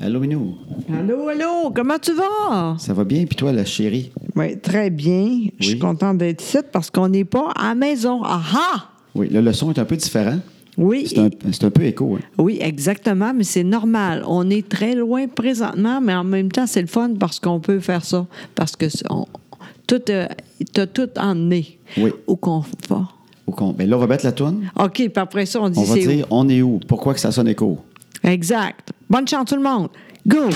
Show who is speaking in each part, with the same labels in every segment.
Speaker 1: Allô, Minou.
Speaker 2: Allô, allô, comment tu vas?
Speaker 1: Ça va bien? Puis toi, la chérie?
Speaker 2: Oui, très bien. Je suis
Speaker 1: Oui.
Speaker 2: contente d'être ici parce qu'on n'est pas à la maison. Ah
Speaker 1: Oui, le leçon est un peu différent.
Speaker 2: Oui,
Speaker 1: C'est un, c'est un peu écho. hein.
Speaker 2: oui, exactement, mais c'est normal. On est très loin présentement, mais en même temps, c'est le fun parce qu'on peut faire ça. Parce que c'est- on- tout, euh, t'as tout emmené
Speaker 1: Oui.
Speaker 2: au confort.
Speaker 1: Au con. Mais là, on va mettre la toune.
Speaker 2: OK, puis après ça, on dit
Speaker 1: On va
Speaker 2: c'est où.
Speaker 1: dire on est où? Pourquoi que ça sonne écho?
Speaker 2: Exact. Bonne chance tout le monde. Go!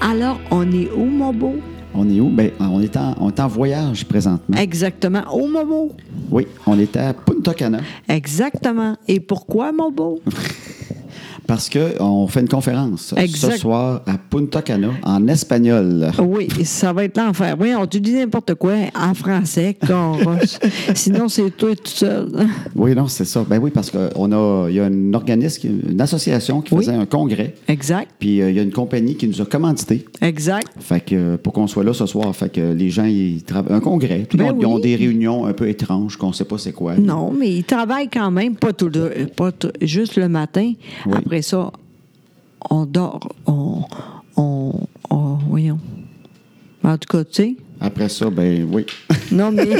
Speaker 2: Alors, on est où, mon beau?
Speaker 1: On est où? Ben, on, est en, on est en voyage présentement.
Speaker 2: Exactement. Au Momo.
Speaker 1: Oui, on est à Punta Cana
Speaker 2: Exactement. Et pourquoi, mon beau?
Speaker 1: parce qu'on fait une conférence ce
Speaker 2: Exact. Oh.
Speaker 1: soir à Punta Cana en espagnol.
Speaker 2: Oui, ça va être l'enfer. Oui, on te dit n'importe quoi en français, qu'on russe. Sinon, c'est toi tout seul.
Speaker 1: Oui, non, c'est ça. Ben oui, parce qu'on a, il y a un organisme, qui- une association qui
Speaker 2: Oui.
Speaker 1: faisait un congrès.
Speaker 2: Exact.
Speaker 1: Puis euh, il y a une compagnie qui nous a commandité.
Speaker 2: Exact.
Speaker 1: Fait que euh, pour qu'on soit là ce soir, fait que euh, les gens ils travaillent un congrès, tout le
Speaker 2: Ben
Speaker 1: monde, ils ont
Speaker 2: oui.
Speaker 1: des réunions un peu étranges qu'on sait pas c'est quoi.
Speaker 2: Non, mais ils travaillent quand même, pas tout le, pas tout- juste le matin.
Speaker 1: Oui.
Speaker 2: Après ça, on dort, on, on, on- voyons. En tout cas, tu sais.
Speaker 1: Après ça, ben oui.
Speaker 2: Non, mais.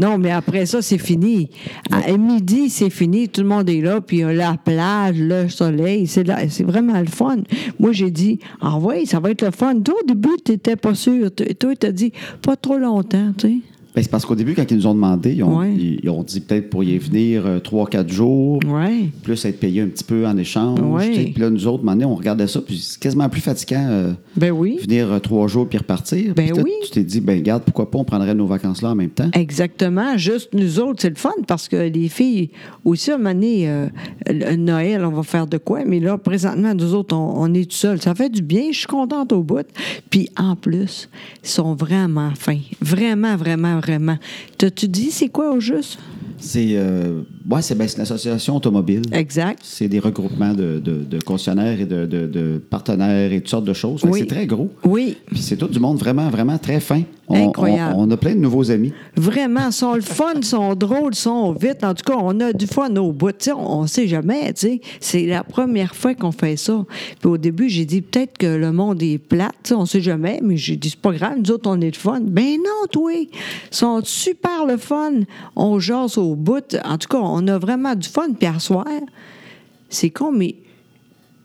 Speaker 2: Non, mais après ça, c'est fini. À à midi, c'est fini. Tout le monde est là. Puis il y a la plage, le soleil. C'est là- c'est vraiment le fun. Moi, j'ai dit, ah oui, ça va être le fun. Toi, au début, tu n'étais pas sûr. Tu- Toi, tu as dit, pas trop longtemps, tu sais.
Speaker 1: Ben, c'est parce qu'au début, quand ils nous ont demandé, ils ont,
Speaker 2: Ouais.
Speaker 1: ils, ils ont dit peut-être pour y venir euh, trois, quatre jours,
Speaker 2: Oui.
Speaker 1: plus être payé un petit peu en échange.
Speaker 2: Ouais.
Speaker 1: tu sais. Puis là, nous autres, un moment donné, on regardait ça, puis c'est quasiment plus fatigant euh,
Speaker 2: Ben oui.
Speaker 1: venir euh, trois jours puis repartir.
Speaker 2: Ben
Speaker 1: Puis toi,
Speaker 2: oui. Eh.
Speaker 1: Tu t'es dit, ben regarde, pourquoi pas on prendrait nos vacances là en même temps?
Speaker 2: Exactement. Juste nous autres, c'est le fun parce que les filles, aussi, à un moment donné, euh, le- Noël, on va faire de quoi? Mais là, présentement, nous autres, on, on est tout seuls. Ça fait du bien. Je suis contente au bout. Puis, en plus, ils sont vraiment fins. Vraiment, vraiment, vraiment. T'as-tu dit c'est quoi au juste?
Speaker 1: C'est euh, ouais, c'est ben, c'est l'association automobile.
Speaker 2: Exact.
Speaker 1: C'est des regroupements de, de, de concessionnaires et de, de- de partenaires et toutes sortes de choses. Fait que
Speaker 2: Oui.
Speaker 1: C'est très gros.
Speaker 2: Oui.
Speaker 1: Puis c'est tout du monde vraiment, vraiment très fin. On,
Speaker 2: Incroyable.
Speaker 1: on- on a plein de nouveaux amis.
Speaker 2: Vraiment, ils sont le fun, ils sont drôles, ils sont vite. En tout cas, on a du fun au bout. Tu sais, on ne sait jamais. tu sais. C'est la première fois qu'on fait ça. Puis au début, j'ai dit peut-être que le monde est plate. tu sais, On ne sait jamais. Mais j'ai dit, c'est pas grave, nous autres, on est le fun. Ben non, toi. Ils sont super le fun. On jase au bout. En tout cas, on a vraiment du fun. Puis à soir, c'est con, mais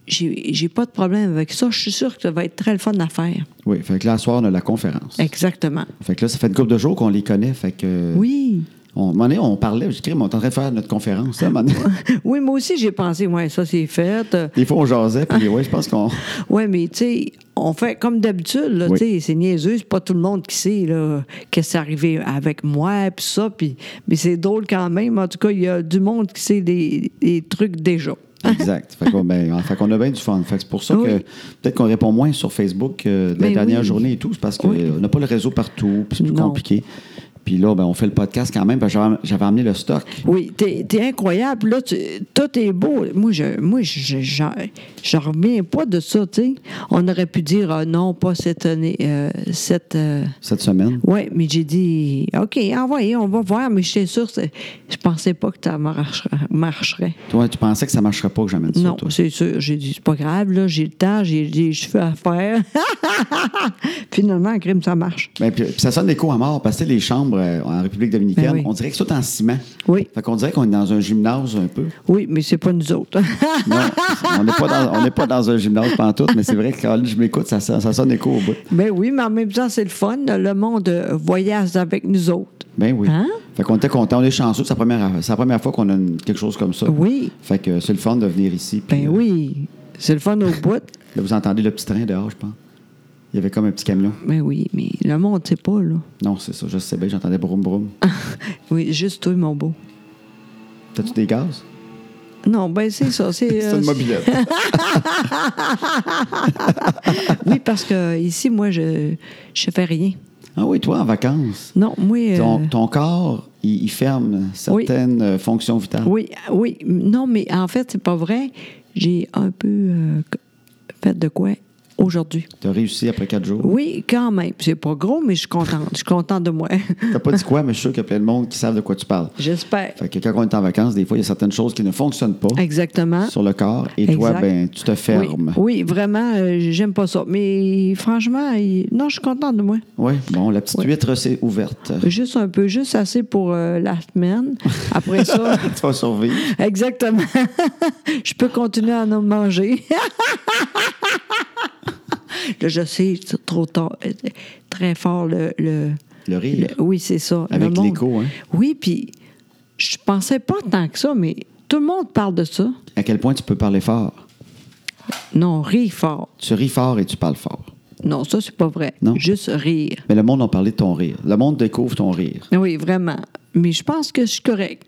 Speaker 2: j'ai j'ai pas de problème avec ça. Je suis sûre que ça va être très le fun à faire.
Speaker 1: Oui, fait que là, ce soir, on a la conférence.
Speaker 2: Exactement.
Speaker 1: Fait que là, ça fait une couple de jours qu'on les connaît. Fait que, euh,
Speaker 2: Oui.
Speaker 1: On, un moment donné, on parlait, je dis, Crime, on est en train de faire notre conférence. là, un moment donné.
Speaker 2: Oui, moi aussi, j'ai pensé, ouais, ça, c'est fait. Euh,
Speaker 1: Des fois, on jasait, puis ouais, je pense qu'on.
Speaker 2: Ouais, mais tu sais, on fait comme d'habitude, là,
Speaker 1: Oui.
Speaker 2: tu sais, c'est niaiseux, c'est pas tout le monde qui sait, là, qu'est-ce qui est arrivé avec moi, puis ça, puis... Mais c'est drôle quand même, en tout cas, il y a du monde qui sait des, des trucs déjà.
Speaker 1: Exact. Fait qu'on ben, fait qu'on a bien du fun. Fait que c'est pour ça
Speaker 2: Oui.
Speaker 1: que peut-être qu'on répond moins sur Facebook euh, de la
Speaker 2: Ben
Speaker 1: dernière
Speaker 2: oui.
Speaker 1: journée et tout. C'est parce qu'on
Speaker 2: Oui.
Speaker 1: n'a pas le réseau partout, puis c'est plus
Speaker 2: Non.
Speaker 1: compliqué. Puis là, ben, on fait le podcast quand même, parce que j'avais- j'avais amené le stock.
Speaker 2: Oui, t'es t'es incroyable, là, tu- tout est beau. Moi, je moi, je, j'en- j'en reviens pas de ça, tu sais. On aurait pu dire, ah, non, pas cette année, euh, cette... euh,
Speaker 1: cette semaine.
Speaker 2: Oui, mais j'ai dit, OK, envoyez, on va voir, mais j'étais sûre, c'est- je pensais pas que ça marche- marcherait.
Speaker 1: Toi, tu pensais que ça ne marcherait pas que j'amène ça,
Speaker 2: Non,
Speaker 1: toi?
Speaker 2: c'est sûr. J'ai dit, c'est pas grave, là, j'ai le temps, j'ai des cheveux à faire. Finalement, crime, ça marche.
Speaker 1: Ben, puis, puis ça sonne l'écho à mort, parce que tu sais, les chambres euh, en République dominicaine,
Speaker 2: Ben oui.
Speaker 1: on dirait que c'est tout en ciment.
Speaker 2: Oui.
Speaker 1: Fait qu'on dirait qu'on est dans un gymnase un peu.
Speaker 2: Oui, mais c'est pas nous autres.
Speaker 1: Non, on n'est pas, dans- on n'est pas dans un gymnase pantoute, mais c'est vrai que quand je m'écoute, ça, sonne- ça sonne écho au bout.
Speaker 2: mais Ben oui, mais en même temps, c'est le fun. Le monde euh, voyage avec nous autres.
Speaker 1: Ben oui.
Speaker 2: Hein?
Speaker 1: Fait qu'on était contents, on est chanceux, c'est la première, c'est la première fois qu'on a une- quelque chose comme ça.
Speaker 2: Oui.
Speaker 1: Fait que c'est le fun de venir ici. puis,
Speaker 2: Ben
Speaker 1: euh,
Speaker 2: oui, c'est le fun au bout.
Speaker 1: Là, vous entendez le petit train dehors, je pense. Il y avait comme un petit camion.
Speaker 2: Ben oui, mais le monde, c'est pas, là.
Speaker 1: Non, c'est ça, je sais bien, j'entendais broum broum.
Speaker 2: Oui, juste toi, mon beau.
Speaker 1: T'as-tu des gaz?
Speaker 2: Non, ben c'est ça. C'est
Speaker 1: C'est
Speaker 2: euh,
Speaker 1: une mobilette.
Speaker 2: Oui, parce que ici, moi, je je fais rien.
Speaker 1: Ah oui, toi, en vacances.
Speaker 2: Non, moi. euh,
Speaker 1: Ton, ton corps, il, il ferme certaines euh, fonctions vitales.
Speaker 2: Oui, oui. Non, mais en fait, c'est pas vrai. J'ai un peu euh, fait de quoi aujourd'hui.
Speaker 1: Tu as réussi après quatre jours.
Speaker 2: Oui, quand même. C'est pas gros, mais je suis contente. Je suis contente de moi.
Speaker 1: T'as pas dit quoi, mais je suis sûr qu'il y a plein de monde qui savent de quoi tu parles.
Speaker 2: J'espère.
Speaker 1: Fait que quand on est en vacances, des fois, il y a certaines choses qui ne fonctionnent pas
Speaker 2: Exactement.
Speaker 1: sur le corps et toi,
Speaker 2: Exact.
Speaker 1: ben, tu te fermes.
Speaker 2: Oui, oui, vraiment, euh, j'aime pas ça. Mais franchement, il- non, je suis contente de moi.
Speaker 1: Oui, bon, la petite huître s'est ouverte.
Speaker 2: Juste un peu, juste assez pour euh, la semaine. Après ça,
Speaker 1: tu vas survivre.
Speaker 2: exactement. je peux continuer à en manger. Là, je sais, c'est trop tard, euh, très fort le. le-
Speaker 1: Le rire.
Speaker 2: le- oui, c'est ça. le
Speaker 1: Avec
Speaker 2: monde.
Speaker 1: l'écho, hein?
Speaker 2: Oui, puis je pensais pas tant que ça, mais tout le monde parle de ça.
Speaker 1: À quel point tu peux parler fort?
Speaker 2: Non, rire fort.
Speaker 1: Tu ris fort et tu parles fort.
Speaker 2: Non, ça, c'est pas vrai.
Speaker 1: Non.
Speaker 2: Juste rire.
Speaker 1: Mais le monde en parlait de ton rire. Le monde découvre ton rire.
Speaker 2: Oui, vraiment. Mais je pense que je suis correct.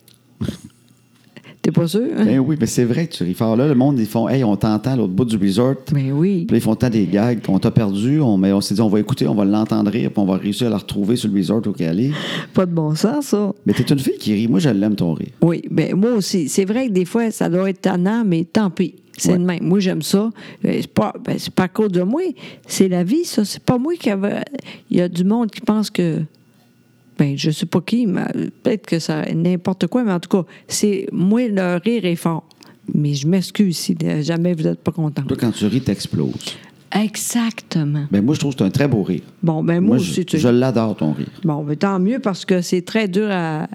Speaker 2: T'es pas sûr? hein?
Speaker 1: Ben oui, mais c'est vrai que tu ris fort. Là, le monde, ils font Hey, on t'entend à l'autre bout du resort. Puis
Speaker 2: Mais oui.
Speaker 1: là, ils font tant des gags qu'on t'a perdu. On, mais on s'est dit, on va écouter, on va l'entendre rire, puis on va réussir à la retrouver sur le resort où elle est.
Speaker 2: Pas de bon sens, ça.
Speaker 1: Mais t'es une fille qui rit. Moi, je l'aime, ton rire.
Speaker 2: Oui, ben moi aussi. C'est vrai que des fois, ça doit être tannant, mais tant pis. C'est
Speaker 1: Ouais.
Speaker 2: le même. Moi, j'aime ça. Euh, C'est pas, ben, c'est pas à cause de moi. C'est la vie, ça. C'est pas moi qui avait. Il y a du monde qui pense que. Ben, je sais pas qui, mais euh, peut-être que ça. N'importe quoi, mais en tout cas, c'est. Moi, le rire est fort. Mais je m'excuse si euh, jamais vous n'êtes pas content.
Speaker 1: Toi, quand tu ris, t'exploses.
Speaker 2: Exactement.
Speaker 1: Ben moi, je trouve que c'est un très beau rire.
Speaker 2: Bon, ben moi,
Speaker 1: Moi,
Speaker 2: aussi,
Speaker 1: je,
Speaker 2: tu
Speaker 1: je l'adore, ton rire.
Speaker 2: Bon, mais tant mieux parce que c'est très dur à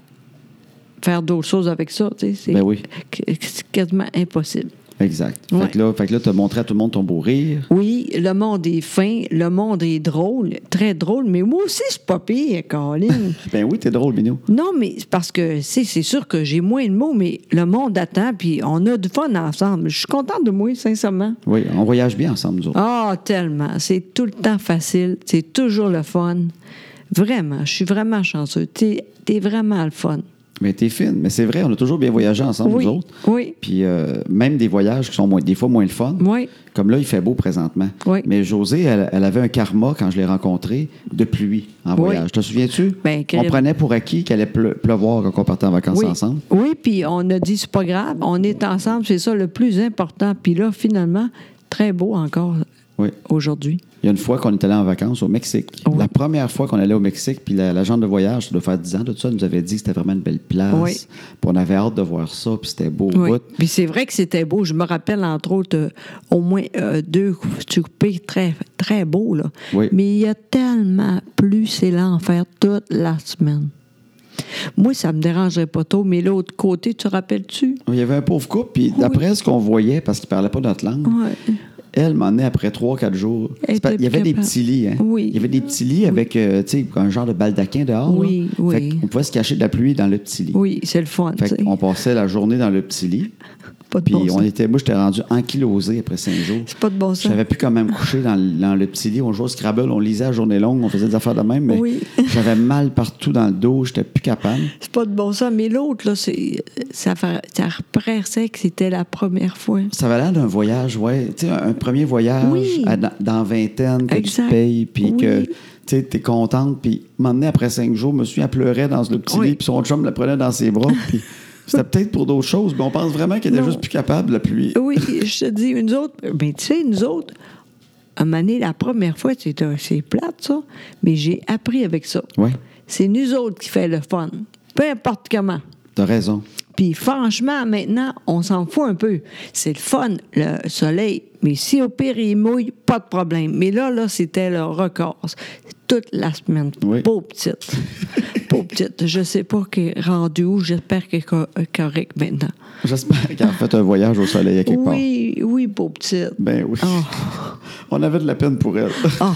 Speaker 2: faire d'autres choses avec ça. tu sais. C'est
Speaker 1: Ben oui.
Speaker 2: qu- c'est quasiment impossible.
Speaker 1: Exact.
Speaker 2: Ouais.
Speaker 1: Fait que là, fait que là, t'as montré à tout le monde ton beau rire.
Speaker 2: Oui, le monde est fin, le monde est drôle, très drôle, mais moi aussi, c'est pas pire, Colin.
Speaker 1: Ben oui, t'es drôle, Minou.
Speaker 2: non, mais c'est parce que c'est c'est sûr que j'ai moins de mots, mais le monde attend, puis on a du fun ensemble. Je suis contente de moi, sincèrement.
Speaker 1: Oui, on voyage bien ensemble, nous autres.
Speaker 2: Ah, tellement. C'est tout le temps facile. C'est toujours le fun. Vraiment, je suis vraiment chanceux. T'es t'es vraiment le fun.
Speaker 1: Mais t'es fine. Mais c'est vrai, on a toujours bien voyagé ensemble,
Speaker 2: Ah. Oui,
Speaker 1: nous autres.
Speaker 2: oui.
Speaker 1: Puis euh, même des voyages qui sont moins- des fois moins le fun.
Speaker 2: Oui.
Speaker 1: Comme là, il fait beau présentement.
Speaker 2: Oui.
Speaker 1: Mais José, elle, elle avait un karma quand je l'ai rencontrée de pluie en voyage. Te souviens-tu?
Speaker 2: Ben,
Speaker 1: on
Speaker 2: crème.
Speaker 1: prenait pour acquis qu'elle allait pleu- pleuvoir quand on partait en vacances
Speaker 2: Oui.
Speaker 1: ensemble.
Speaker 2: Oui, puis on a dit, c'est pas grave, on est ensemble, c'est ça le plus important. Puis là, finalement, très beau encore
Speaker 1: Oui.
Speaker 2: aujourd'hui.
Speaker 1: Il y a une fois qu'on est allé en vacances au Mexique.
Speaker 2: Oui.
Speaker 1: La première fois qu'on allait au Mexique, puis la- l'agent de voyage, ça doit faire 10 ans, tout ça, nous avait dit que c'était vraiment une belle place.
Speaker 2: Oui.
Speaker 1: Puis on avait hâte de voir ça, puis c'était beau. au
Speaker 2: Oui.
Speaker 1: bout.
Speaker 2: Puis c'est vrai que c'était beau. Je me rappelle, entre autres, euh, au moins euh, deux coupés très, très beaux. Là.
Speaker 1: Oui.
Speaker 2: Mais il y a tellement plus, c'est l'enfer toute la semaine. Moi, ça me dérangerait pas trop, mais l'autre côté, tu te rappelles-tu?
Speaker 1: Il y avait un pauvre couple, puis d'après ce qu'on voyait, parce qu'ils ne parlaient pas notre langue,
Speaker 2: Ouais.
Speaker 1: Elle m'en est après 3-4 jours.
Speaker 2: Elle
Speaker 1: C'est pas-
Speaker 2: était
Speaker 1: Il y avait
Speaker 2: plus
Speaker 1: des
Speaker 2: capable.
Speaker 1: petits lits. Hein?
Speaker 2: Oui.
Speaker 1: Il y avait des petits lits avec euh, tu sais, un genre de baldaquin dehors.
Speaker 2: Oui,
Speaker 1: là.
Speaker 2: oui.
Speaker 1: Fait on pouvait se cacher de la pluie dans le petit lit.
Speaker 2: Oui, c'est le fun. tu
Speaker 1: Fait
Speaker 2: sais.
Speaker 1: on passait la journée dans le petit lit.
Speaker 2: Pas de
Speaker 1: Puis
Speaker 2: bon
Speaker 1: on
Speaker 2: sens.
Speaker 1: était, moi, j'étais rendu ankylosé après 5 jours.
Speaker 2: C'est pas de bon
Speaker 1: Je
Speaker 2: sens.
Speaker 1: savais plus quand même coucher dans, le- dans le petit lit. On jouait au Scrabble, on lisait la journée longue, on faisait des affaires de même. Mais
Speaker 2: Oui.
Speaker 1: j'avais mal partout dans le dos, j'étais plus capable.
Speaker 2: C'est pas de bon sens, mais l'autre, là, c'est, ça, fa- ça paraissait que c'était la première fois.
Speaker 1: Ça avait l'air d'un voyage, ouais. Tu sais, un un premier voyage
Speaker 2: Oui.
Speaker 1: à- dans, dans vingtaine, que tu
Speaker 2: Exact.
Speaker 1: te payes, puis
Speaker 2: Oui.
Speaker 1: que tu es contente. Puis m'emmener après cinq jours, je me suis elle pleurait dans le petit
Speaker 2: Oui.
Speaker 1: lit, puis son chum la prenait dans ses bras. puis c'était peut-être pour d'autres choses, mais on pense vraiment qu'elle était
Speaker 2: Non.
Speaker 1: juste plus capable, la pluie.
Speaker 2: Oui, je te dis, nous autres, mais tu sais, nous autres, à un moment donné, la première fois, c'est, un- c'est plate, ça, mais j'ai appris avec ça.
Speaker 1: Ouais.
Speaker 2: C'est nous autres qui fait le fun, peu importe comment.
Speaker 1: T'as raison.
Speaker 2: Puis franchement, maintenant, on s'en fout un peu. C'est le fun, le soleil. Mais si au pire, il mouille, pas de problème. Mais là, là, c'était le record. Toute la semaine.
Speaker 1: Oui.
Speaker 2: Pauvre petite. Pauvre petite. Je sais pas qu'elle est rendue où. J'espère qu'elle est co- euh, correcte maintenant.
Speaker 1: J'espère qu'elle a fait un voyage au soleil à quelque part.
Speaker 2: Oui, oui, pauvre petite.
Speaker 1: Ben oui.
Speaker 2: Oh.
Speaker 1: On avait de la peine pour elle.
Speaker 2: Ah,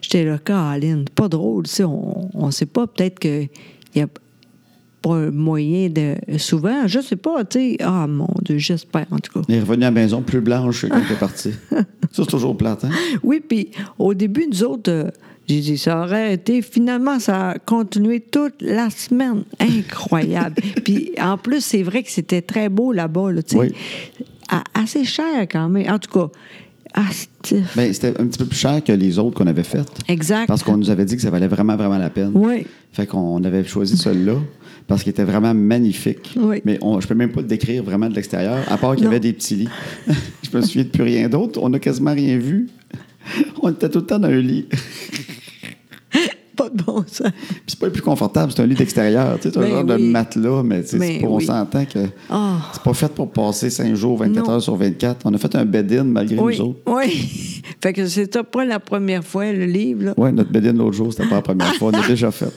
Speaker 2: j'étais là, Caroline, pas drôle, tu sais, on, on sait pas, peut-être qu'il y a pas un moyen de... Souvent, je sais pas, tu sais, ah, mon Dieu, j'espère, en tout cas.
Speaker 1: Elle est revenue à la maison plus blanche que quand elle est partie. Ça, c'est toujours plate, hein?
Speaker 2: Oui, puis au début, nous autres, euh, j'ai dit, ça aurait été. Finalement, ça a continué toute la semaine. Incroyable. puis en plus, c'est vrai que c'était très beau là-bas, là, tu sais.
Speaker 1: Oui.
Speaker 2: A- Assez cher quand même. En tout cas, Ah, c'est-
Speaker 1: Ben, c'était un petit peu plus cher que les autres qu'on avait faites.
Speaker 2: exact.
Speaker 1: Parce qu'on nous avait dit que ça valait vraiment, vraiment la peine.
Speaker 2: Oui.
Speaker 1: Fait qu'on avait choisi celui-là parce qu'il était vraiment magnifique.
Speaker 2: Oui.
Speaker 1: Mais on- je peux même pas le décrire vraiment de l'extérieur, à part qu'il y
Speaker 2: Non.
Speaker 1: avait des petits lits. je me souviens de plus rien d'autre. On n'a quasiment rien vu. On était tout le temps dans un lit. Puis
Speaker 2: Pas de bon sens.
Speaker 1: c'est pas le plus confortable, c'est un lit d'extérieur. Tu sais, c'est un
Speaker 2: Ben
Speaker 1: genre de
Speaker 2: oui.
Speaker 1: matelas, mais, tu sais,
Speaker 2: Ben
Speaker 1: c'est pas- on
Speaker 2: oui.
Speaker 1: s'entend que
Speaker 2: Ah.
Speaker 1: c'est pas fait pour passer 5 jours, 24
Speaker 2: Non.
Speaker 1: heures sur 24. On a fait un bed-in malgré
Speaker 2: Oui.
Speaker 1: nous autres.
Speaker 2: Oui. fait que c'était pas la première fois, le livre, là.
Speaker 1: Oui, notre bed-in l'autre jour, c'était pas la première fois. On l'a déjà fait.